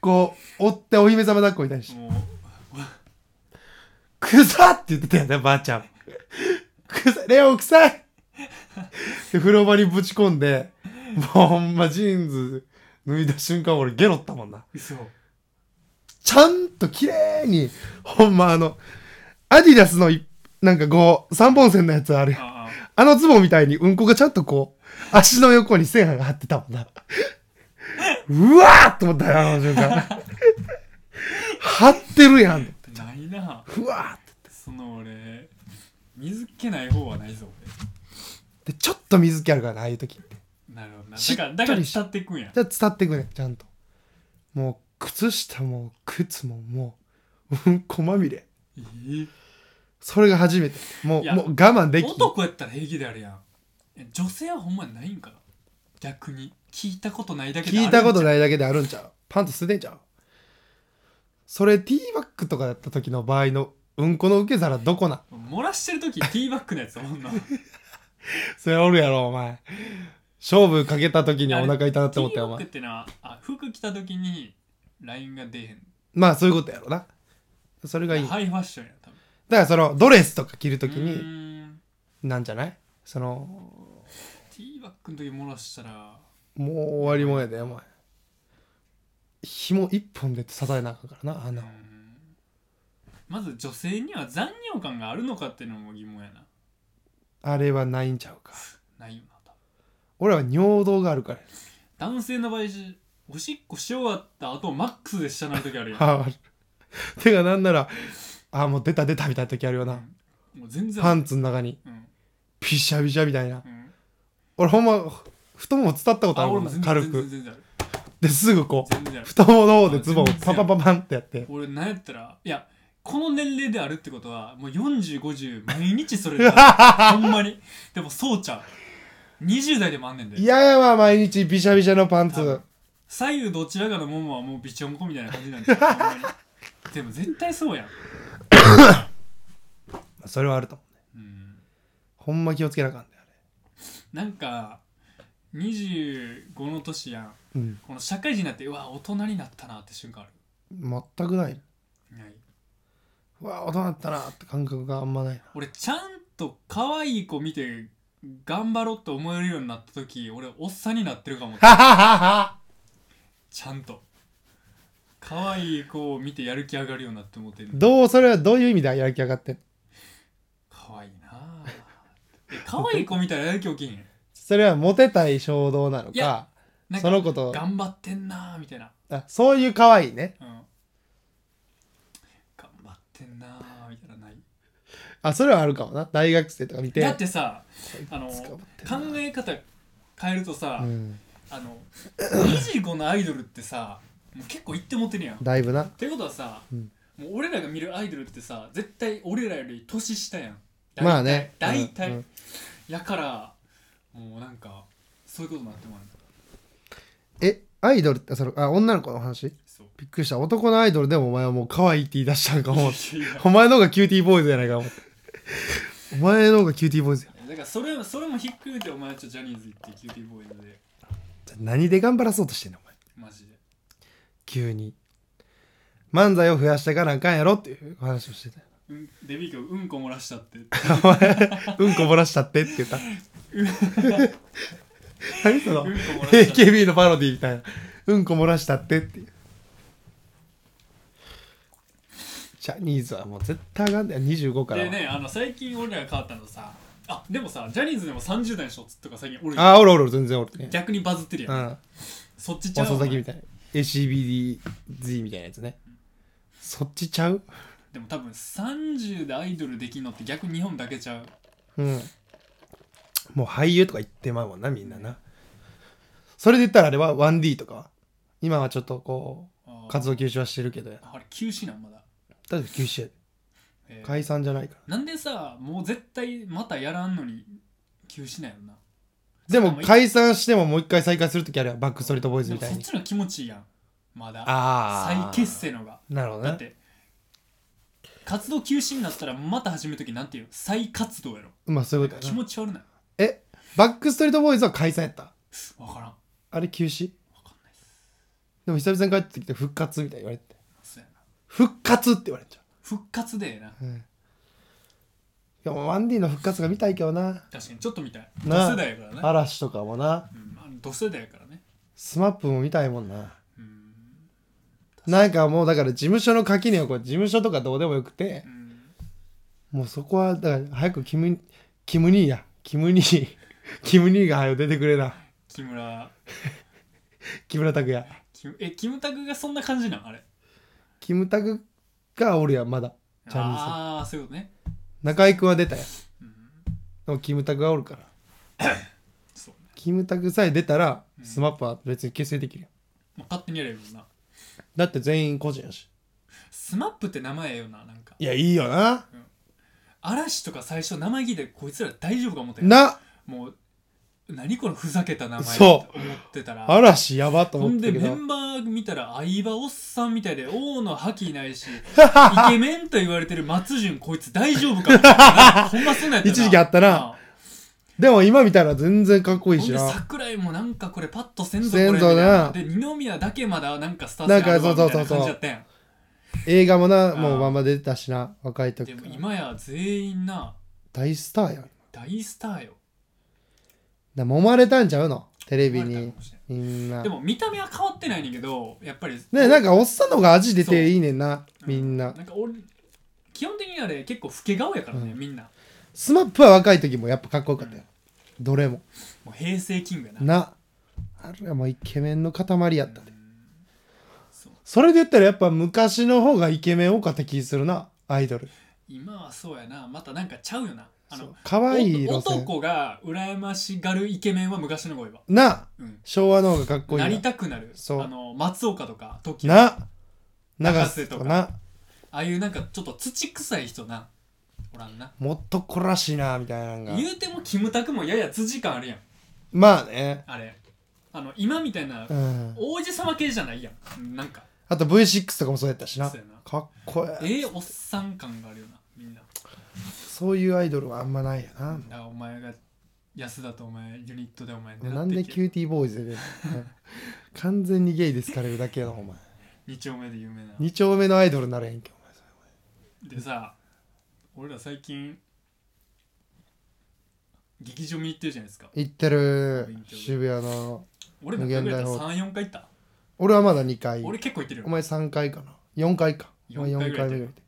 こう追ってお姫様抱っこみたいにしても臭って言ってたよね、ばあちゃん。臭い、レオ臭いで、風呂場にぶち込んで、もうほんまジーンズ脱いだ瞬間俺ゲロったもんな。う嘘ちゃんと綺麗に、ほんまあの、アディダスのいなんかこう、三本線のやつあるやんああのズボンみたいにうんこがちゃんとこう、足の横に線が張ってたもんな。うわーっと思ったよ、あの瞬間。張ってるやん。あないなふわーっと。その俺水気ない方はないぞで、ちょっと水気あるからな、ああいう時って。俺なるほどなしだっとからりだから伝っていくんやじゃあ伝ってくねちゃんともう靴下も靴ももううんこまみれえそれが初めてもいうやもう我慢でえき男やったら平気であるやんえ女性はほんまにないんかな逆に聞いたことないだけで聞いたこといないだけであるんちゃうパンツ捨てんちゃうそれティーバッグとかだった時の場合のうんこの受け皿どこなん漏らしてる時ティーバッグのやつおんのテそれおるやろお前勝負かけた時にお腹痛なってィ思っーたよおバッグっ前てなあ服着た時にラインが出へんまあそういうことやろなそれがいいだかハイファッションや多分らそのドレスとか着る時うにーんなんじゃないそのティーバッグの時漏らしたらもう終わりもんやでお前紐一本で支えなあかんからなあんなうーんまず女性には残尿感があるのかっていうのも疑問やなあれはないんちゃうかないよな多分俺は尿道があるから男性の場合しおしっこし終わった後マックスで下なる時あるやんはあてかなんならあもう出た出たみたいな時あるよなもう全然パンツの中にうんピシャピシャみたいなうん俺ほんま太もも伝ったことあある俺ももん全然軽全然く全然あるですぐこう全然ある太ももの方でズボンをあ全然パパパパンってやって俺なんやったらいやこの年齢であるってことはもう4050毎日それいであるやほ <laughs> んまにでもそうちゃう20代でもあんねんでやわ毎日ビシャビシャのパン多ツ分左右どちらかのももはもうビチョンコみたいな感じなん <laughs> だよほんまにでも絶対そうやん、それはあると思ううねん、ほんま気をつけなあかんねあなんか25の年やんれうんこの社会人になってうわ大人になったなって瞬間ある全くないないうわ大人だったなって感覚があんまないな俺ちゃんと可愛い子見て頑張ろうって思えるようになった時俺おっさんになってるかもちゃんと可愛い子を見てやる気上がるようになって思ってるどうそれはどういう意味でやる気上がってん可愛いなあえ可愛い子見たらやる気起きんそれはモテたい衝動なのいかやなんそかの子と頑張ってんなあみたいな、あそういう可愛いねうん、頑張ってんなあみたいなないあそれはあるかもな大学生とか見てだってさあのつか考まってんなえ方変えるとさ、うん、あの25のアイドルってさもう結構言ってもってるやんだいぶなってことはさ、うんもう俺らが見るアイドルってさ絶対俺らより年下やん大体まあね大体、うんうんやからもうなんかそういうことになってもらうえアイドルってそのあ女の子の話そうびっくりした男のアイドルでもお前はもう可愛いって言い出したんかもいやいやお前の方がキューティーボーイズやないかもお前の方がキューティーボーイズやだからそれそれもひっくるめてお前はちょっとジャニーズ行ってキューティーボーイズで何で頑張らそうとしてんのお前マジで急に漫才を増やしていかなあかんやろっていう話をしてたようんデビー君うんこ漏らした <laughs> ってお前うんこ漏らしたってって言った何そのうんこ漏らした AKB のパロディみたいなうんこ漏らしたってっていうジャニーズはもう絶対あかんだよ25からはでねあの最近俺らが変わったのさあでもさジャニーズでも30代の人とか最近俺ああおるおる全然おるね逆にバズってるや、うんんそっちちゃう遅咲きみお前たいな ACBDZ みたいなやつねそっちちゃうでも多分30でアイドルできんのって逆に日本だけちゃううんもう俳優とか言ってまうもんなみんななそれで言ったらあれは 1D とかは今はちょっとこあーう活動休止はしてるけどやあれ休止なんまだ、だって休止やでえー解散じゃないからなんでさもう絶対またやらんのに休止なんやろなでも解散してももう一回再開するときあればバックストリートボーイズでみもたそいっにちの気持ちいいやんまだあ再あ結成のがなるほどだっねて活動休止になったらまた始めるときなんていう再活動やろまあそういうこと気やな持ち悪ないえバックストリートボーイズは解散やったわからんわあれ休止かんないっすでも久々に帰ってきて復活みたいに言われてそうやな復活って言われちゃ復活でええなう、うん、いやもう 1D の復活が見たいけどな確かにちょっと見たい同なあ世代やからね嵐とかもなうんあの同世代やからねスマップも見たいもんなうんなんかもうだから事務所の垣根をこう事務所とかどうでもよくてうんもうそこはだから早くキムキム兄やキム兄 <laughs> キム兄が早く出てくれな木村木村拓哉キムえキムタクがそんな感じなんあれキムタクがおるやんまだジャニーズああそういうことね中居君は出たやんうんでもキムタクがおるから <coughs> そうねキムタクさえ出たらうんスマップは別に結成できるやんまあ勝手にやれるもんなだって全員個人やしスマップって名前ええよななんかいやいいよな嵐とか最初名前聞いてこいつら大丈夫か思ったよなもう何このふざけた名前そうって思ってたら嵐やばとほ思んってでたけメどンバー見たら相葉おっさんみたいで王の覇気ない <laughs> しイケメンと言われてる松潤こいつ大丈夫か思ったなほんまそんなんやったな一時期あったなでも今見たら全然かっこいいほんしでな桜井もなんかこれパッとせんぞこれせんみぞたいななで二宮だけまだなんかスターな性んかあるわみそうたいそな感うそうそうじだったやん映画もなもあうーまんま出てたしな若い時でかもら今や全員な大スターやん大スターよだ揉まれたんちゃうのテレビ生まれたにかもしれんみんなでも見た目は変わってないねんけどやっぱりねなんかおっさんの方が味出ていいねんなみんうななんか俺基本的にあれ結構老け顔やからね、みんなスマップは若い時もやっぱかっこよかったよどれももう平成キングやななあれはもうイケメンの塊やったでそうそれで言ったらやっぱ昔の方がイケメン多かった気するなアイドル今はそうやなまたなんかちゃうよなあの可愛いお路線男が羨ましがるイケメンは昔の声は、なうん、昭和の方がかっこいいななりたくなるそうあの松岡とか時あな長瀬とかなあいうなんかちょっと土臭い人なおらんなもっとこらしいなみたいなのが言うてもキムタクもやや辻感あるやんまあねあれあの今みたいなうん王子様系じゃないやんなんかあと V6 とかもそうやったしなそうやなかっこええええおっさん感があるよなみんなそういうアイドルはあんまないよなだからお前が安田とお前ユニットでお前狙なんってでいキけューティーボーイ <laughs> ズで出るのうん完全にゲイで好かれるだけやなお前二丁目で有名な2丁目のアイドルなれへんけお前でさ俺ら最近劇場見に行ってるじゃないですか行ってる渋谷の俺何回ぐらい行った34回行った俺はまだ2回俺結構行ってるおよ前3回かな4回かお前四回4ぐら回い行目ってるぐらい行って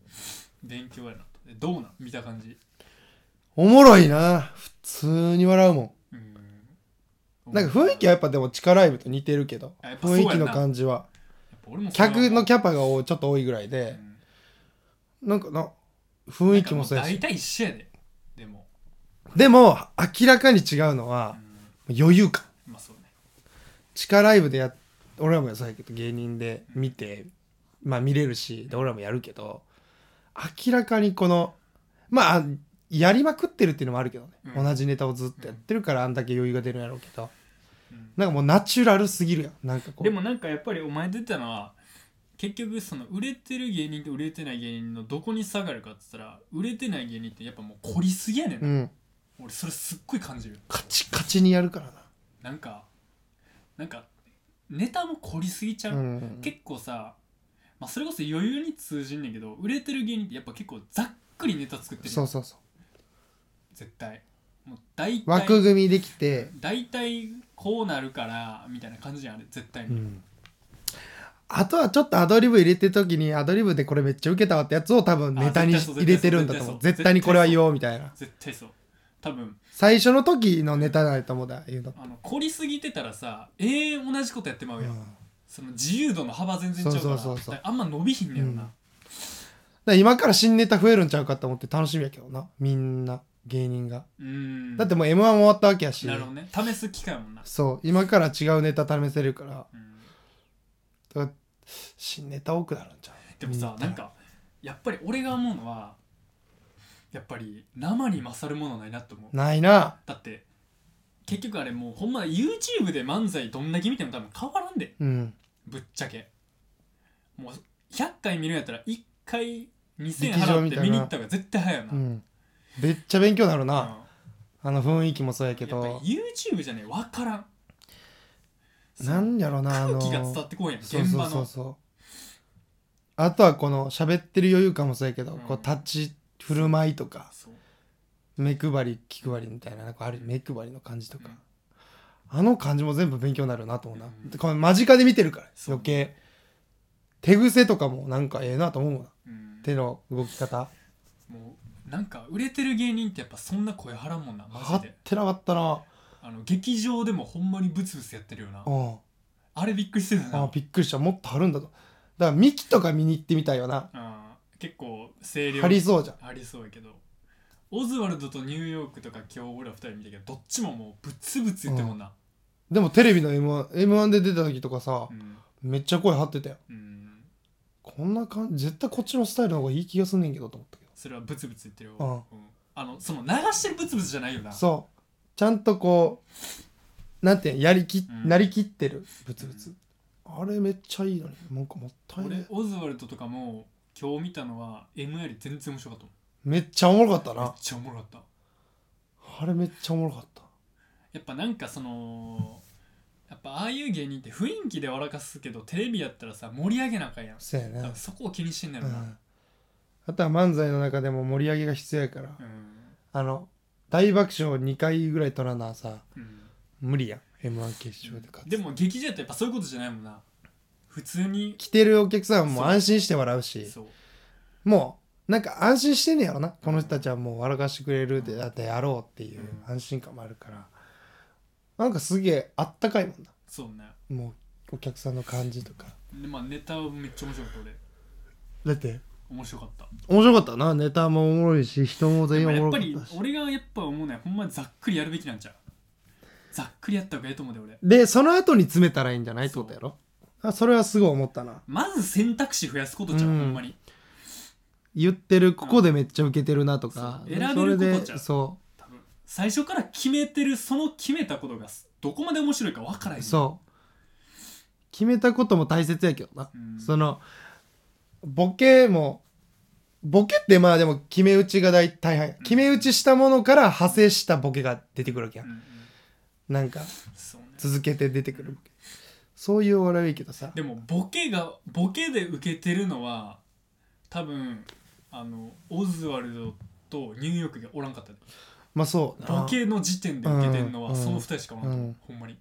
勉強やなとでどうなん見た感じおもろいな普通に笑うもうんんなんか雰囲気はやっぱでも地下ライブと似てるけどあやっぱそう雰や囲な気の感じはやっぱ俺もそう客のャキャパがおちょっと多いぐらいでなんかな雰囲気もそうやし大体一緒やででも、でも明らかに違うのうはん余裕感まあそうね地下ライブでや俺らもそうやけど芸人で見てまあ見れるしで俺らもやるけど明らかにこのまあやりまくってるっていうのもあるけどね、うん同じネタをずっとやってるからあんだけ余裕が出るんやろうけどうんなんかもうナチュラルすぎるやんなんかこうでもなんかやっぱりお前出たのは結局その売れてる芸人と売れてない芸人のどこに差があるかって言ったら売れてない芸人ってやっぱもう凝りすぎやねんうな、ん俺それすっごい感じるカチカチにやるからなんかなんかネタも凝りすぎちゃう、なうん結構さ、まあ、それこそ余裕に通じんねんけど売れてる芸人ってやっぱ結構ざっくりネタ作ってるやそんうそうそ絶対もう大う枠体組みできて大体こうなるからみたいな感じじゃんあれ絶対に、うんあとはちょっとアドリブ入れてる時にアドリブでこれめっちゃウケたわってやつを多分ネタにあ絶対そう入れてるんだと思う絶対そう絶対にこれは言おうみたいな絶対そう多分最初の時のネタないと思うだ言うの、あの凝りすぎてたらさ永遠同じことやってまううん、やん、だかその自由度の幅全然違うからそうそうそうそうだからあんま伸びひんねんな、うんら今から新ネタ増えるんちゃうかと思って楽しみやけどなみんな芸人が、うーんだってもう m 1終わったわけやしなるほどね試す機会やもんな、そう今から違うネタ試せるからうんだから新ネタ多くなるんちゃうでもさみなんかやっぱり俺が思うのはやっぱり生に勝るものないなと思うないなだって結局あれもうほんま YouTube で漫才どんだけ見ても多分変わらんでうんぶっちゃけもう100回見るんやったら1回2000円劇場払みったいてな見に行った方が絶対早いよな、うんめっちゃ勉強になるうな、んあの雰囲気もそうやけやっどぱ YouTube じゃね分からんなんやろなあ空の気が伝わってこうやん現そうそ場うそうのそうあとはこの喋ってる余裕感もそうやけど、うんこう立ち振る舞いとかそう目配り気配りみたいななんかある目配りの感じとか、あの感じも全部勉強になるなと思うな、うんでこの間近で見てるからそう余計手癖とかもなんかええなと思うもんなうん手の動き方もうなんか売れてる芸人ってやっぱそんな声張らんもんなはマっジでてなかったなあの劇場でもほんまにブツブツやってるよなうんああれびっくりするよなびっくりしたもっとあるんだとだからミキとか見に行ってみたいよなうん結構声量張りそうじゃんありそうやけどオズワルドとニューヨークとか今日俺ら二人見たけどどっちももうブツブツ言ってるもんなでもテレビの m 1 m 1で出た時とかさ、うん、めっちゃ声張ってたようん、こんな感じ絶対こっちのスタイルの方がいい気がすんねんけどと思ったけどそれはブツブツ言ってるよ、ううんあのその流してるブツブツじゃないよなそうちゃんとこうなんていうのやりき、うんなりきってるブツブツ、あれめっちゃいいのになんかもったいな俺いオズワルドとかも今日見たのは M より全然面白かっためっちゃおもろかったもんめっなちゃおもろかったあれめっちゃおもろかったやっぱなんかそのやっぱああいう芸人って雰囲気で笑かすけどテレビやったらさ盛り上げなあかんやんそうやね多分そこを気にしてんだうろうな、ん、あとは漫才の中でも盛り上げが必要やから、うんあの大爆笑2回ぐらい取らなさうん無理やん m 1決勝で勝つでも劇場やったらやっぱそういうことじゃないもんな普通に来てるお客さんも安心して笑うしそうもうなんか安心してんねやろなこの人たちはもう笑かしてくれるでだってやろうっていううん安心感もあるからなんかすげえあったかいもんなそうねもうお客さんの感じとかでまあネタはめっちゃ面白かった俺だって面白かった面白かったなネタもおもろいし人もで全員もおやもっろかぱっりたし俺がやっぱ思うのはほんまざっくりやるべきなんちゃうざっくりやった方がええと思うで俺でその後に詰めたらいいんじゃないってことやろあそれはすごい思ったなまず選択肢増やすことじゃん、うんほんまに言ってるここでめっちゃウケてるなとかそう選べるそれことじゃでんそ多分最初から決めてるその決めたことがすどこまで面白いか分からへんうそう決めたことも大切やけどなうん、そのボケもボケってまあでも決め打ちが大大半や決め打ちしたものから派生したボケが出てくるわけやうんんうんなんかそうね続けて出てくるボケそういうお笑いはいいけどさでもボケがボケで受けてるのは多分ああのオズワルドとニューヨークがおらんかったでまあそうなボケの時点で受けてんのうはんその二人しかおらんと思ううんほんまに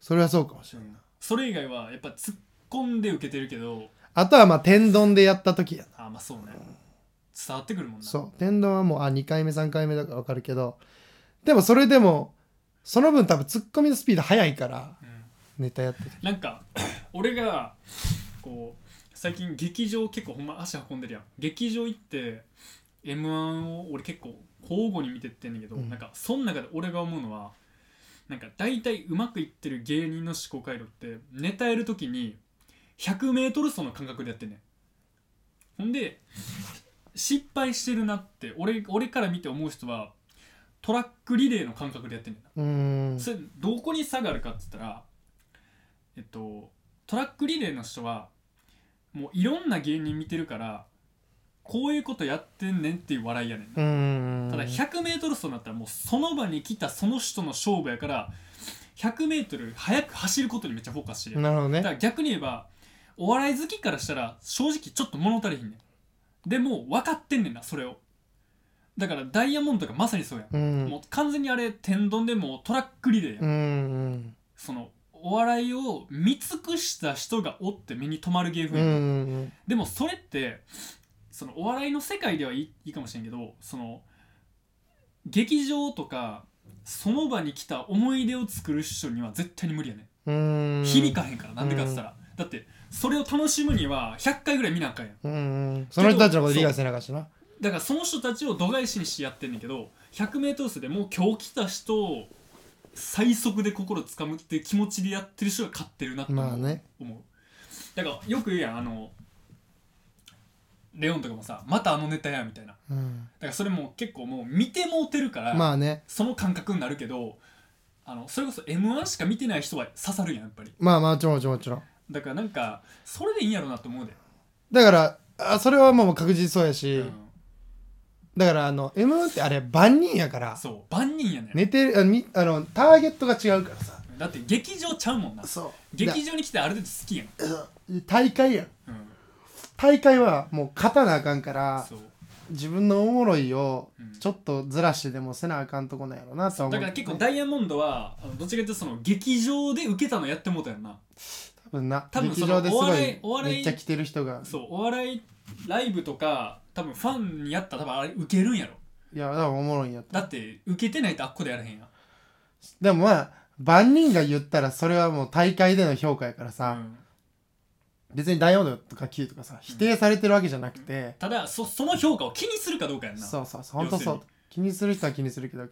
それはそうかもしれないそれ以外はやっぱ突っ込んで受けてるけどあとはまあ天丼でやった時やなあーまあそうね伝わってくるもんなそう天丼はもうあ2回目3回目だから分かるけどでもそれでもその分多分ツッコミのスピード速いからうんネタやっててなんか <coughs> 俺がこう最近劇場結構ほんま足運んでるやん劇場行って m 1を俺結構交互に見てってんだけど、うんなんかその中で俺が思うのはなんか大体うまくいってる芸人の思考回路ってネタやるときに 100m 走の感覚でやってんねんほんで失敗してるなって俺俺から見て思う人はトラックリレーの感覚でやってんねんなうーんそれどこに差があるかって言ったらえっとトラックリレーの人はもういろんな芸人見てるからこういうことやってんねんっていう笑いやねんうな、ーんただ 100m 走になったらもうその場に来たその人の勝負やから 100m 速く走ることにめっちゃフォーカスしてるやんなるほどだかねら逆に言えばお笑い好きからしたら正直ちょっと物足りひんねんでもう分かってんねんなそれをだからダイヤモンドがまさにそうやん、うんもう完全にあれ天丼でもうトラックリレーやんうんうんそのお笑いを見尽くした人がおって目に留まる芸うんう風、んでもそれってそのお笑いの世界ではいいいいかもしれんけどその劇場とかその場に来た思い出を作る人には絶対に無理やね、うんうん響かへんからなんでかって言ったら、だってそれを楽しむには100回ぐらい見なあかんやんうんうんその人たちのこと理解せなあかんしなだからその人たちを度外視にしてやってんねんけど 100m 走でもう今日来た人を最速で心つかむって気持ちでやってる人が勝ってるなって思う,、まあね思うだからよく言うやんあのレオンとかもさまたあのネタやみたいなだうんからそれも結構もう見てもうてるから、まあねその感覚になるけどあのそれこそ m 1しか見てない人は刺さるやんやっぱりまあまあもちろんもちろんもちろんだからなんかそれでいいんやろうなと思うで、だからあそれはもう確実そうやし、うんだからあの m 1ってあれ万人やからそう万人やねん、寝てるあみあのターゲットが違うからさだって劇場ちゃうもんなそう劇場に来てある程度好きやん、だ大会やんうん、大会はもう勝たなあかんからそう自分のおもろいをうんちょっとずらしてでもせなあかんとこなんやろなとは思だうからけ結ど構ねダイヤモンドはあのどっちかというとその劇場で受けたのやってもうたよな多分な多分劇その場ですおご笑いいお笑いめっちゃ来てる人がそうお笑いライブとか多分ファンにやったら多分あれ受けるんやろいや多分おもろいんやとだって受けてないとあっこでやらへんやんでもまあ万人が言ったらそれはもう大会での評価やからうさ、ん別にダイヤモンドとか Q とかさ否定されてるわけじゃなくて、ただそその評価を気にするかどうかやんなそうそうそう本当そ要う気にする人は気にするけど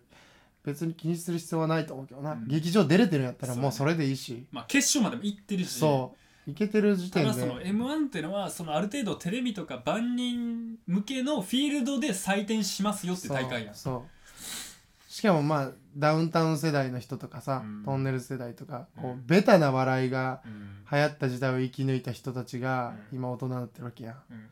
別に気にする必要はないと思うけどな、うん劇場出れてるんやったらそうねもうそれでいいしまあ、決勝までも行ってるしそういけてる時た点だでその m 1っていうのはそのある程度テレビとか万人向けのフィールドで採点しますよってそう大会やんそうしかもまあダウンタウン世代の人とかさ、うんトンネル世代とかこううベタな笑いがうん流行った時代を生き抜いた人たちがうん今大人になってるわけやんうん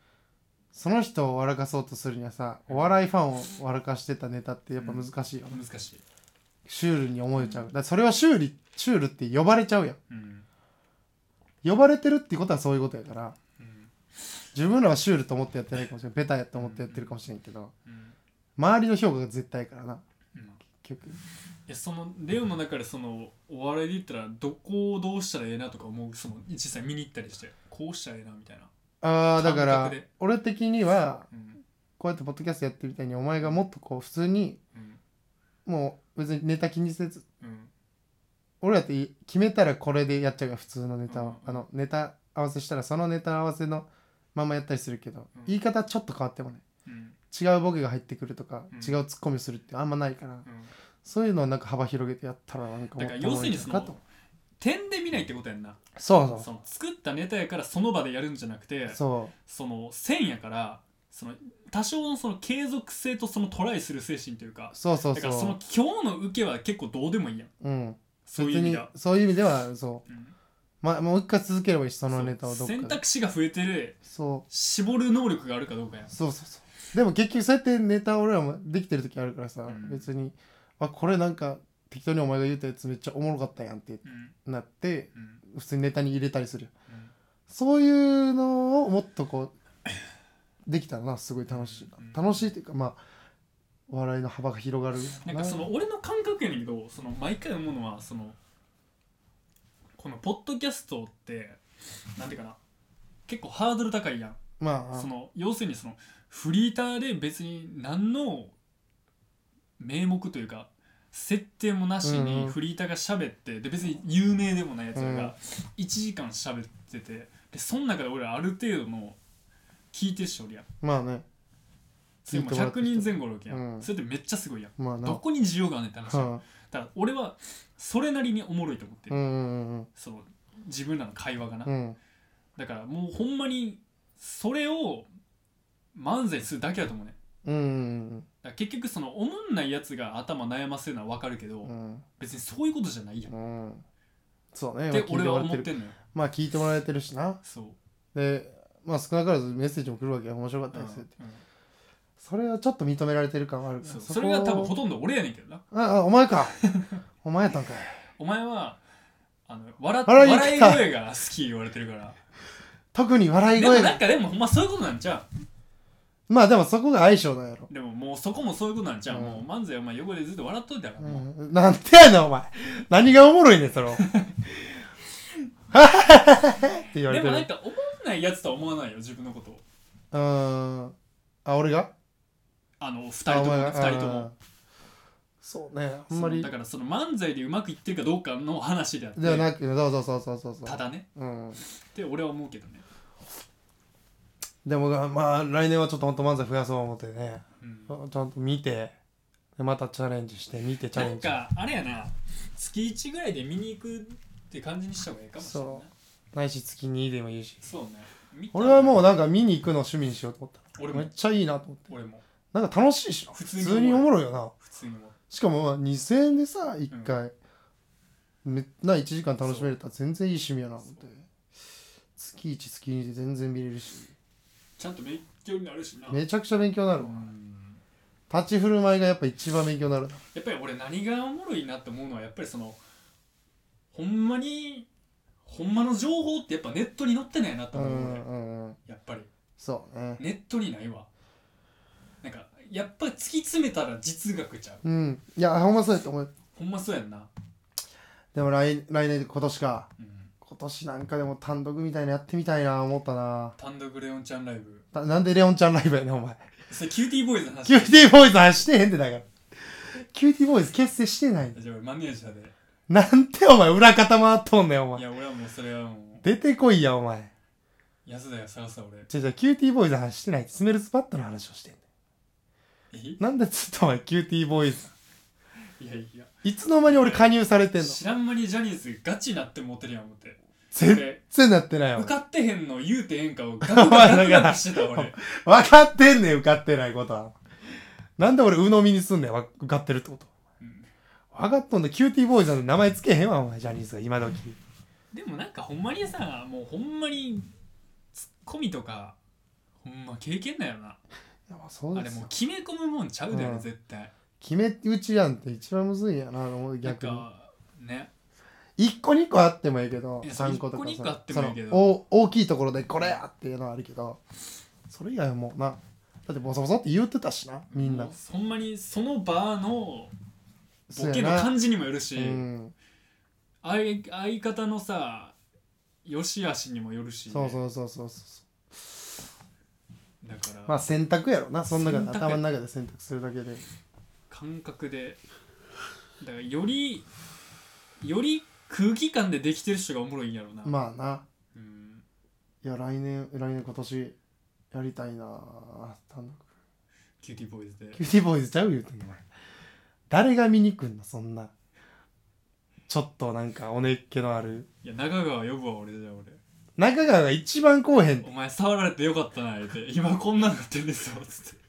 その人を笑かそうとするにはさお笑いファンを笑かしてたネタってやっぱ難しいよ、ね難しい、シュールに思えちゃうだからそれはシュールシュールって呼ばれちゃうやんうん呼ばれてるってことはそういうことやからうん自分らはシュールと思ってやってないかもしれないベタやと思ってやってるかもしれんけどうん周りの評価が絶対やからなうん結局いやそのレオンの中でそのお笑いで言ったらどこをどうしたらええなとか思うその実際見に行ったりしてこうしたらええなみたいな、ああだか感ら覚で俺的にはうんこうやってポッドキャストやってるみたいにお前がもっとこう普通にうんもう別にネタ気にせずうん俺やってい決めたらこれでやっちゃうから普通のネタうんうをんあのネタ合わせしたらそのネタ合わせのままやったりするけどうん言い方ちょっと変わってもねうん違うボケが入ってくるとかうん違うツッコミするってあんまないからうんそういうのをなんか幅広げてやったらなんかもだっかとらお要もろすいるにんじゃそないかのと点で見ないってことやんなそうそうその作ったネタやからその場でやるんじゃなくてそその線やからその多少のその継続性とそのトライする精神というかうそうそうだかそうらその今日の受けは結構どうでもいいやんうんそういう意別味にでは、そういう意味ではそううんまもう一回続ければいいしそのネタをそどう選っかで択肢が増えてるそ絞る能力があるかどうかやんうそうそうそうでも結局そうやってネタ俺らもできてる時あるからさ、うん別にあこれなんか適当にお前が言うたやつめっちゃおもろかったやんってうんなってうん普通にネタに入れたりするうんそういうのをもっとこうできたらなすごい楽しいな、うん楽しいっていうかまあ笑いの幅が広がるなんかその俺の感覚やねんけどその毎回思うのはそのこのポッドキャストってなんていうかな結構ハードル高いやんまあその要するにそのフリーターで別に何の名目というか設定もなしうんにフリーターが喋ってで別に有名でもないやつらが1時間喋っててでその中で俺らある程度の聞いてる人おるやんまあねそれも100人前後おるわけやん、うんそれってめっちゃすごいやんまあなどこに需要があんねんって話やんはだから俺はそれなりにおもろいと思ってあ、うる、んうんその自分らの会話がな、うんうんだからもうほんまにそれを漫才するだけだと思うねうんうんだから結局そのおもんないやつが頭悩ませるのは分かるけど、うん別にそういうことじゃないやん、うんうんそうねって今聞い俺てもはらっ思てっるてんのよまあ聞いてもらえてるしなそう、でまあ少なからずメッセージも来るわけよ面白かっうたんですって、うそれはちょっと認められてる感はあるんからそうこそれが多分ほとんど俺やねんけどなああお <laughs> 前かお前やったんかいお前はあの笑っあら言っ笑いた声が好き言われてるから特に笑いでも声ながんかでもほんまそういうことなんちゃうまあでもそこが相性なんやろ、でももうそこもそういうことなんちゃう、うんもう漫才お前横でずっと笑っといたから、う、もうんなんてやねんお前何がおもろいねんそれって <laughs> 言われでてもるなんか思わないやつとは思わないよ自分のことをうーんあ俺があの2人あとおも前が2人とあーもそうねあんまりそのだからその漫才でうまくいってるかどうかの話であってではなくそうそうそうそうそうそうただねうん、って俺は思うけどね、でもまあ来年はちょっとほんと漫才増やそう思ってねうんち、ゃんと見てでまたチャレンジして見てチャなレんンジかあれやな月1ぐらいで見に行くって感じにした方がいいかもしれないそないし月2でもいいしそうね見た俺はもうなんか見に行くの趣味にしようと思っ俺ためっもちゃいいなと思って俺もなんか楽しいしな普普通に通におもろいよな普通にもしかもまあ2000円でさ1回、めな1時間楽しめるたら全然いい趣味やな思って月1月2で全然見れるしちゃんと勉強になるしな、めちゃくちゃ勉強になるうわん立ち振る舞いがやっぱ一番勉強になるなやっぱり俺何がおもろいなって思うのはやっぱりそのほんまにほんまの情報ってやっぱネットに載ってないなとう思う、ん俺うんうんやっぱりそうねネットにないわなんかやっぱり突き詰めたら実学ちゃううんいやほんまそうやと思うほんまそうやんな、でも来来年今年かうん、今年なんかでも単独みたいなやってみたいな思ったな単独レオンちゃんライブたなんでレオンちゃんライブやねんお前それキューティーボーイズのキュ話ーティーボーイズ走してへんってだからキューティーボーイズ結成してないじゃあ俺マネージャーでなんてお前裏方回っとんねんおいや前俺はもうそれはも出てこいやお前う安田や探すわ俺じゃじゃキューティーボーイズの話してないスメルズバットの話をしてんねえんなんでずっとお前キューティーボーイズいやいやいつの間に俺加入されてんの知らん間にジャニーズガチになってモテるやん思って全然なってないわ受かってへんの言うてええんかをガクガクガクガクしてた俺分かってんねん受かってないことはなんで俺鵜呑みにすんねんわ受かってるってことうん分かっとんねんキューティーボーイズの名前つけへんわお前ジャニーズが今時でもなんかほんまにさもうほんまにツッコミとかほんま経験だよないやまあそあうでれすもうよ決め込むもんちゃうだよね、うん絶対決め打ちやんって一番むずいんやな思う逆なんにかね一個二個あってもいいけどいや三個とか一個二個さあってもいいけどそのお大きいところでこれやっていうのはあるけどそれ以外はもうなだってボソボソって言ってたしなみんなもうほんまにその場のそうボやケのな感じにもよるし、うん相相方のさよし悪しにもよるし、そうそうそうそうそだから、うまあ選択やろなその中で選択頭の中で選択するだけで感覚でだからよりより空気感でできてる人がおもろいんやろうな、まあなうんいや来年来年今年やりたいな単独キューティーボーイズでキューティーボーイズちゃう言うてんのお前誰が見に来んのそんなちょっとなんかおねっけのあるいや中川呼ぶわ俺じゃあ中川が一番こうへん俺お前触られてよかったな言うて今こんなんなってるんですよつって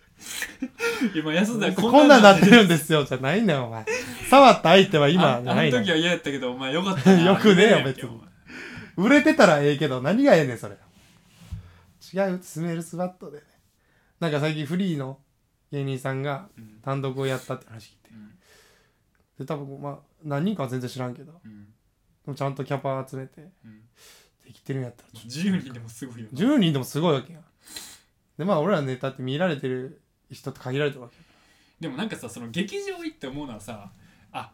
今安田こんなんなってるんですよじゃないねんお前触った相手は今今あんなあのいねん時は嫌やったけどお前よかったな <laughs> よくねえよ言う別てんやんけにお前売れてたらええけど何がええねんそれ違うスメルスバットでねなんか最近フリーの芸人さんがうん単独をやったって話聞いてうんで多分まあ何人かは全然知らんけどでうんもちゃんとキャパ集めてうんできてるんやったら10人でもすごいよな10人でもすごいわけやんでまあ俺らのネタって見られてる人って限られてるわけでもなんかさその劇場行って思うのはさあ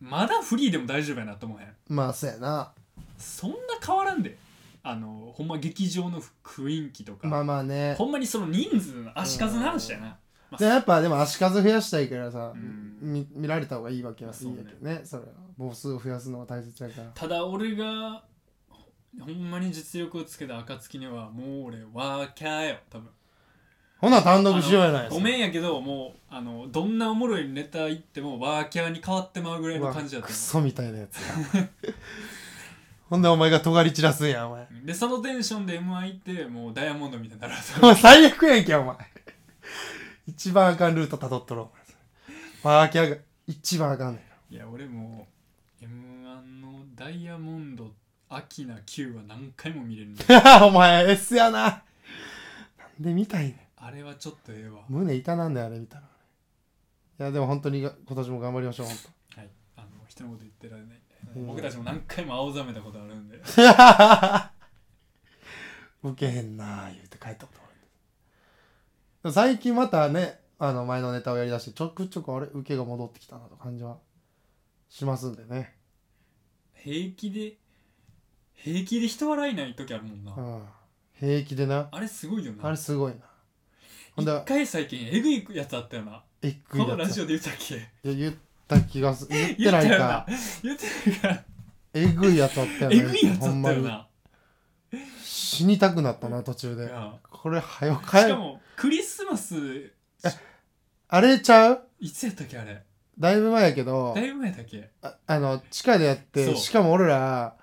まだフリーでも大丈夫やなと思うやんまあそうやなそんな変わらんであのほんま劇場の雰囲気とか、まあまあねほんまにその人数の足数の話やなまあでやっぱでも足数増やしたいからさ、うんみ見られた方がいいわけはすそいういねやけどねそれは母数を増やすのは大切やからただ俺がほんまに実力をつけた暁にはもう俺ワーキャーよ多分ほな単独しようやないあのごめんやけどもうあのどんなおもろいネタ言ってもワーキャーに変わってまうぐらいの感じだうっわたクソみたいなやつや <laughs> ほんでお前が尖り散らすんやお前でそのテンションで m 1行ってもうダイヤモンドみたいになるわお前最悪やんけお前一番あかんルートたどっとろお前ワーキャーが一番あかんねん <laughs> いや俺も m 1のダイヤモンドアキナ Q は何回も見れるんだ <laughs> お前 S やななんで見たいねんあれはちょっとええわ胸痛なんだよあれ見たらいやでも本当にが今年も頑張りましょう <laughs> 本当はいあの人のこと言ってられないうん僕たちも何回も青ざめたことあるんでウケへんなあ言うて帰ったことあるでも最近またねあの前のネタをやりだしてちょくちょくあれウケが戻ってきたなと感じはしますんでね平気で平気で人笑いない時あるもんな、うん平気でなあれすごいよなあれすごいなほん一で回最近えぐいやつあったよなえっこくいのだラったジいオで言ったっけや言った気がす言って言っなたいよかな言ってるからえぐいやつあったよねえぐいやつあほんったまよにな死にたくなったな途中でうんこれはよし帰かるもクリスマスあれちゃういつやったっけあれだいぶ前やけどだいぶ前だっけああの地下でやっそてうしかも俺ら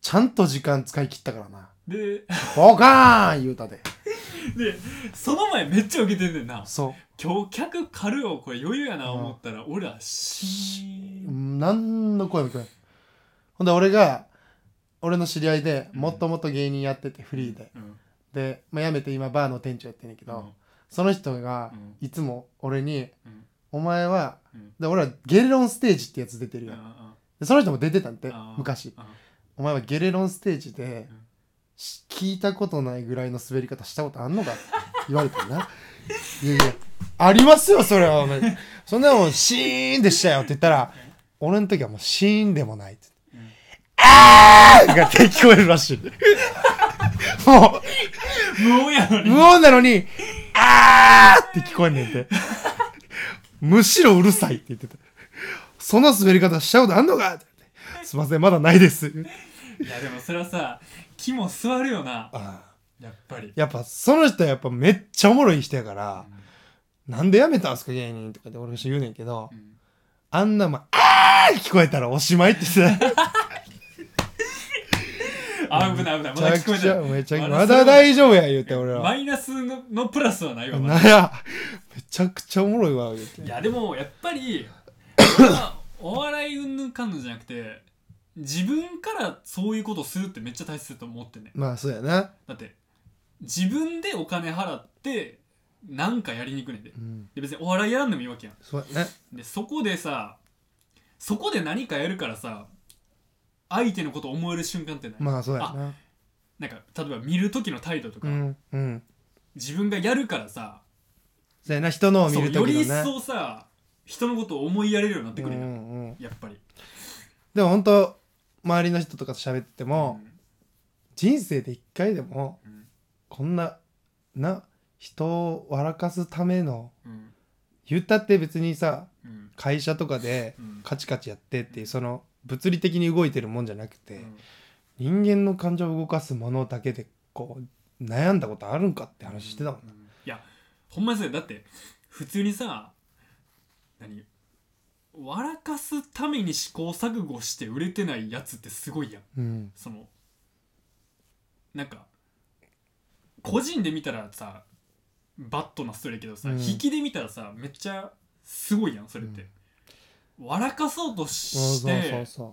ちゃんと時間使い切ったからなで <laughs> ボカーン言うたででその前めっちゃ受けてんねんなそ今日客狩るよこれ余裕やな思ったら俺らしう何の声も聞こえないほんで俺が俺の知り合いでうんもっともっと芸人やっててフリーで、うんで、まあ、辞めて今バーの店長やってんねんけうど、んその人がうんいつも俺にうん「お前はうん」で俺らゲレロンステージってやつ出てうるんやうんんでその人も出てたんてあー昔うん「お前はゲレロンステージでうんし聞いたことないぐらいの滑り方したことあんのか?」言われたんな <laughs> 「いやいやありますよそれはお前そんなもんシーンでしたよ」って言ったら「俺の時はもうシーンでもない」ってうん「あー!」が聞こえるらしいもう無音やのに無音なのに「あー!」って聞こえんねんてむしろうるさいって言ってたその滑り方したことあんのかって言ってすいませんまだないですいやでもそれはさ木も座るよなあーやっぱりやっぱその人はやっぱめっちゃおもろい人やから、なんで辞めたんすか芸人とかで俺の人言うねんけど、んあんなまあー聞こえたらおしまいってさあ危ない危ない <laughs> まだめ聞ちゃこくちゃえめちゃくちまゃだまだ大丈夫や言うて俺ないマはイナスののプラスはないわまだなんやめちゃくちゃおもろいわ言うていやでもやっぱ <laughs> り俺はお笑い云々かんぬんじゃなくて自分からそういうことするってめっちゃ大切だと思ってんねんまあそうやな、だって自分でお金払ってなんかやりに行くねんでうん、で別にお笑いやらんでもいいわけやそうやねんでそこでさそこで何かやるからさ相手のこと思える瞬間ってない、まあそうやななんか例えば見る時の態度とか、うんうん自分がやるからさそうやな人のを見そうるよときりの一な層さ人のことを思いやれるようになってうくんうるやん、ん、やっぱり、でも本当周りの人とかと喋ってても、うん人生で一回でもうんこんなな人を笑かすためのうん言ったって別にさうん会社とかでうんカチカチやってっていうその物理的に動いてるもんじゃなくうてん人間の感情を動かすものだけでこう悩んだことあるんかって話してたもんういやほんまにそうやだって普通にさ何笑かすために試行錯誤して売れてないやつってすごいやんうんそのなんか個人で見たらさバットなストーリーやけどさ、うん引きで見たらさめっちゃすごいやんそれって、笑かそうとそうしそうそうてそ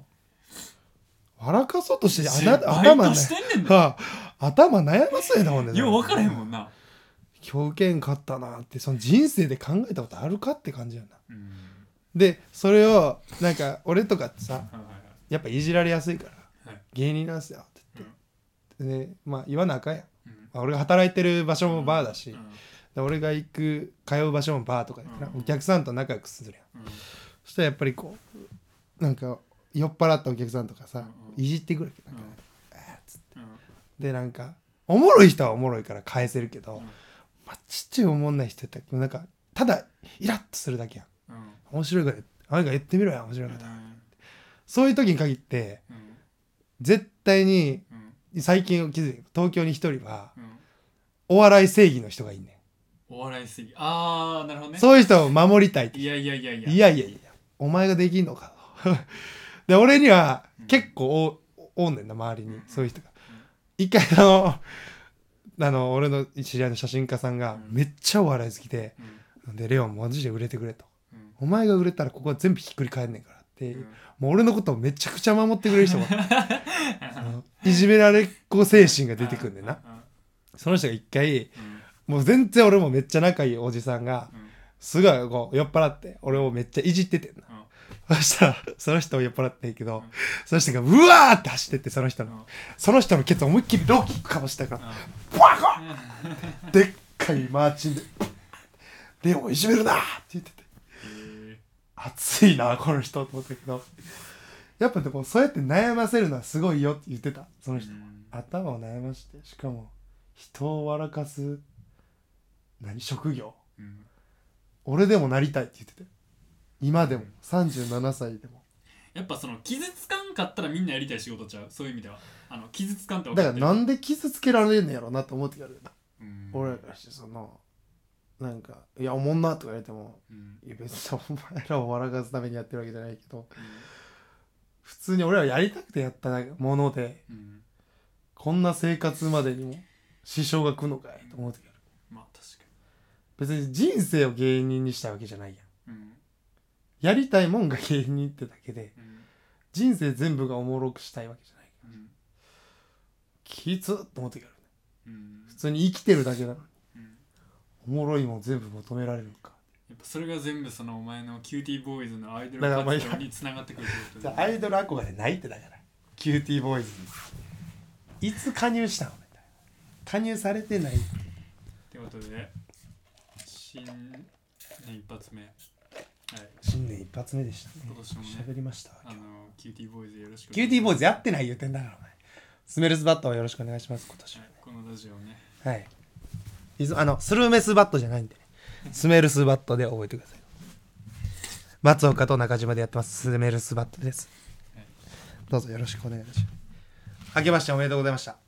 う笑かそうとしてあバイな頭トねしてんねんだはあ頭悩ませなもんねよう分からへんもんんな、狂犬買ったなってその人生で考えたことあるかって感じやなうんでそれをなんか俺とかってさはいはいはいやっぱいじられやすいから、はい芸人なんすよって言って、でまあ言わなあかんやんうんまあ俺が働いてる場所もバーだし、うんで俺が行く通う場所もバーとかやから、うんお客さんと仲良くするやんうんそしたらやっぱりこうなんか酔っ払ったお客さんとかさ、うんいじってくるわけなんか、うんでなんかおもろい人はおもろいから返せるけうど、んまあ、ちっちゃいおもんない人やったらなんかただイラッとするだけやんうん面白いからなんか言ってみろや面白いこと、うんそういう時に限ってうん絶対にうん最近気づいたけど東京に一人はうんお笑い正義の人がいんねお笑いすぎあーなるほどんねそういう人を守りたいっていやいやいやいやいやいやいやお前ができんのか <laughs> とで俺には結構おおんねんな周りにそういう人が一回あのあの俺の知り合いの写真家さんがうんめっちゃお笑い好きでうんでレオンマジで売れてくれとうんお前が売れたらここは全部ひっくり返んねんからって、うんもう俺のことをめちゃくちゃ守ってくれる人があのいじめられっ子精神が出てくんねんなその人が一回うんうんもう全然俺もめっちゃ仲いいおじさんがうんすごいこう酔っ払って俺をめっちゃいじっててんなうんそしたら、その人を酔っ払ってんけど、うんその人が、うわーって走ってって、その人うの。んその人のケツ思いっきりローキックかもしたから、うブワコンでっかいマーチンで、レオンをいじめるなーって言ってて、んへ熱いな、この人と思ったけど、やっぱでも、そうやって悩ませるのはすごいよって言ってた、そのー人。うん頭を悩まして、しかも、人を笑かす、何、職業。うん俺でもなりたいって言ってて。今でも、37歳でも。やっぱその傷つかんかったらみんなやりたい仕事ちゃうそういう意味ではあの傷つかんって分だかかっらてるなんで傷つけられんのやろうなと思ってやるよな、うん俺らからしてそのなんか「いやおもんな」とか言われてもうん「いや別にお前らを笑かすためにやってるわけじゃないけどう普通に俺らやりたくてやったものでんうんこんな生活までにも支障が来るのかいと思ってやるまあ確か別に人生を芸人にしたわけじゃないやんにうんやりたいもんが芸人ってだけでうん人生全部がおもろくしたいわけじゃないうんきつっと思ってやるうん普通に生きてるだけなのにうんおもろいもん全部求められるのかやっぱそれが全部そのお前のキューティーボーイズのアイドルだからまあ活動につながってくるってことじゃだあアよねイドル憧れないってだからキューティーボーイズにいつ加入したのみたいな加入されてないってことで新年一発目はい新年一発目でしたね今年もね喋りましたあのキューティーボーイズよろしくキューティーボーイズやってない言うてんだからお前スメルスバットをよろしくお願いします今年はいこのラジオをねははいいずあのスルメスバットじゃないんでねスメルスバットで覚えてください松岡と中島でやってますスメルスバットですはいどうぞよろしくお願いいたします明けましておめでとうございました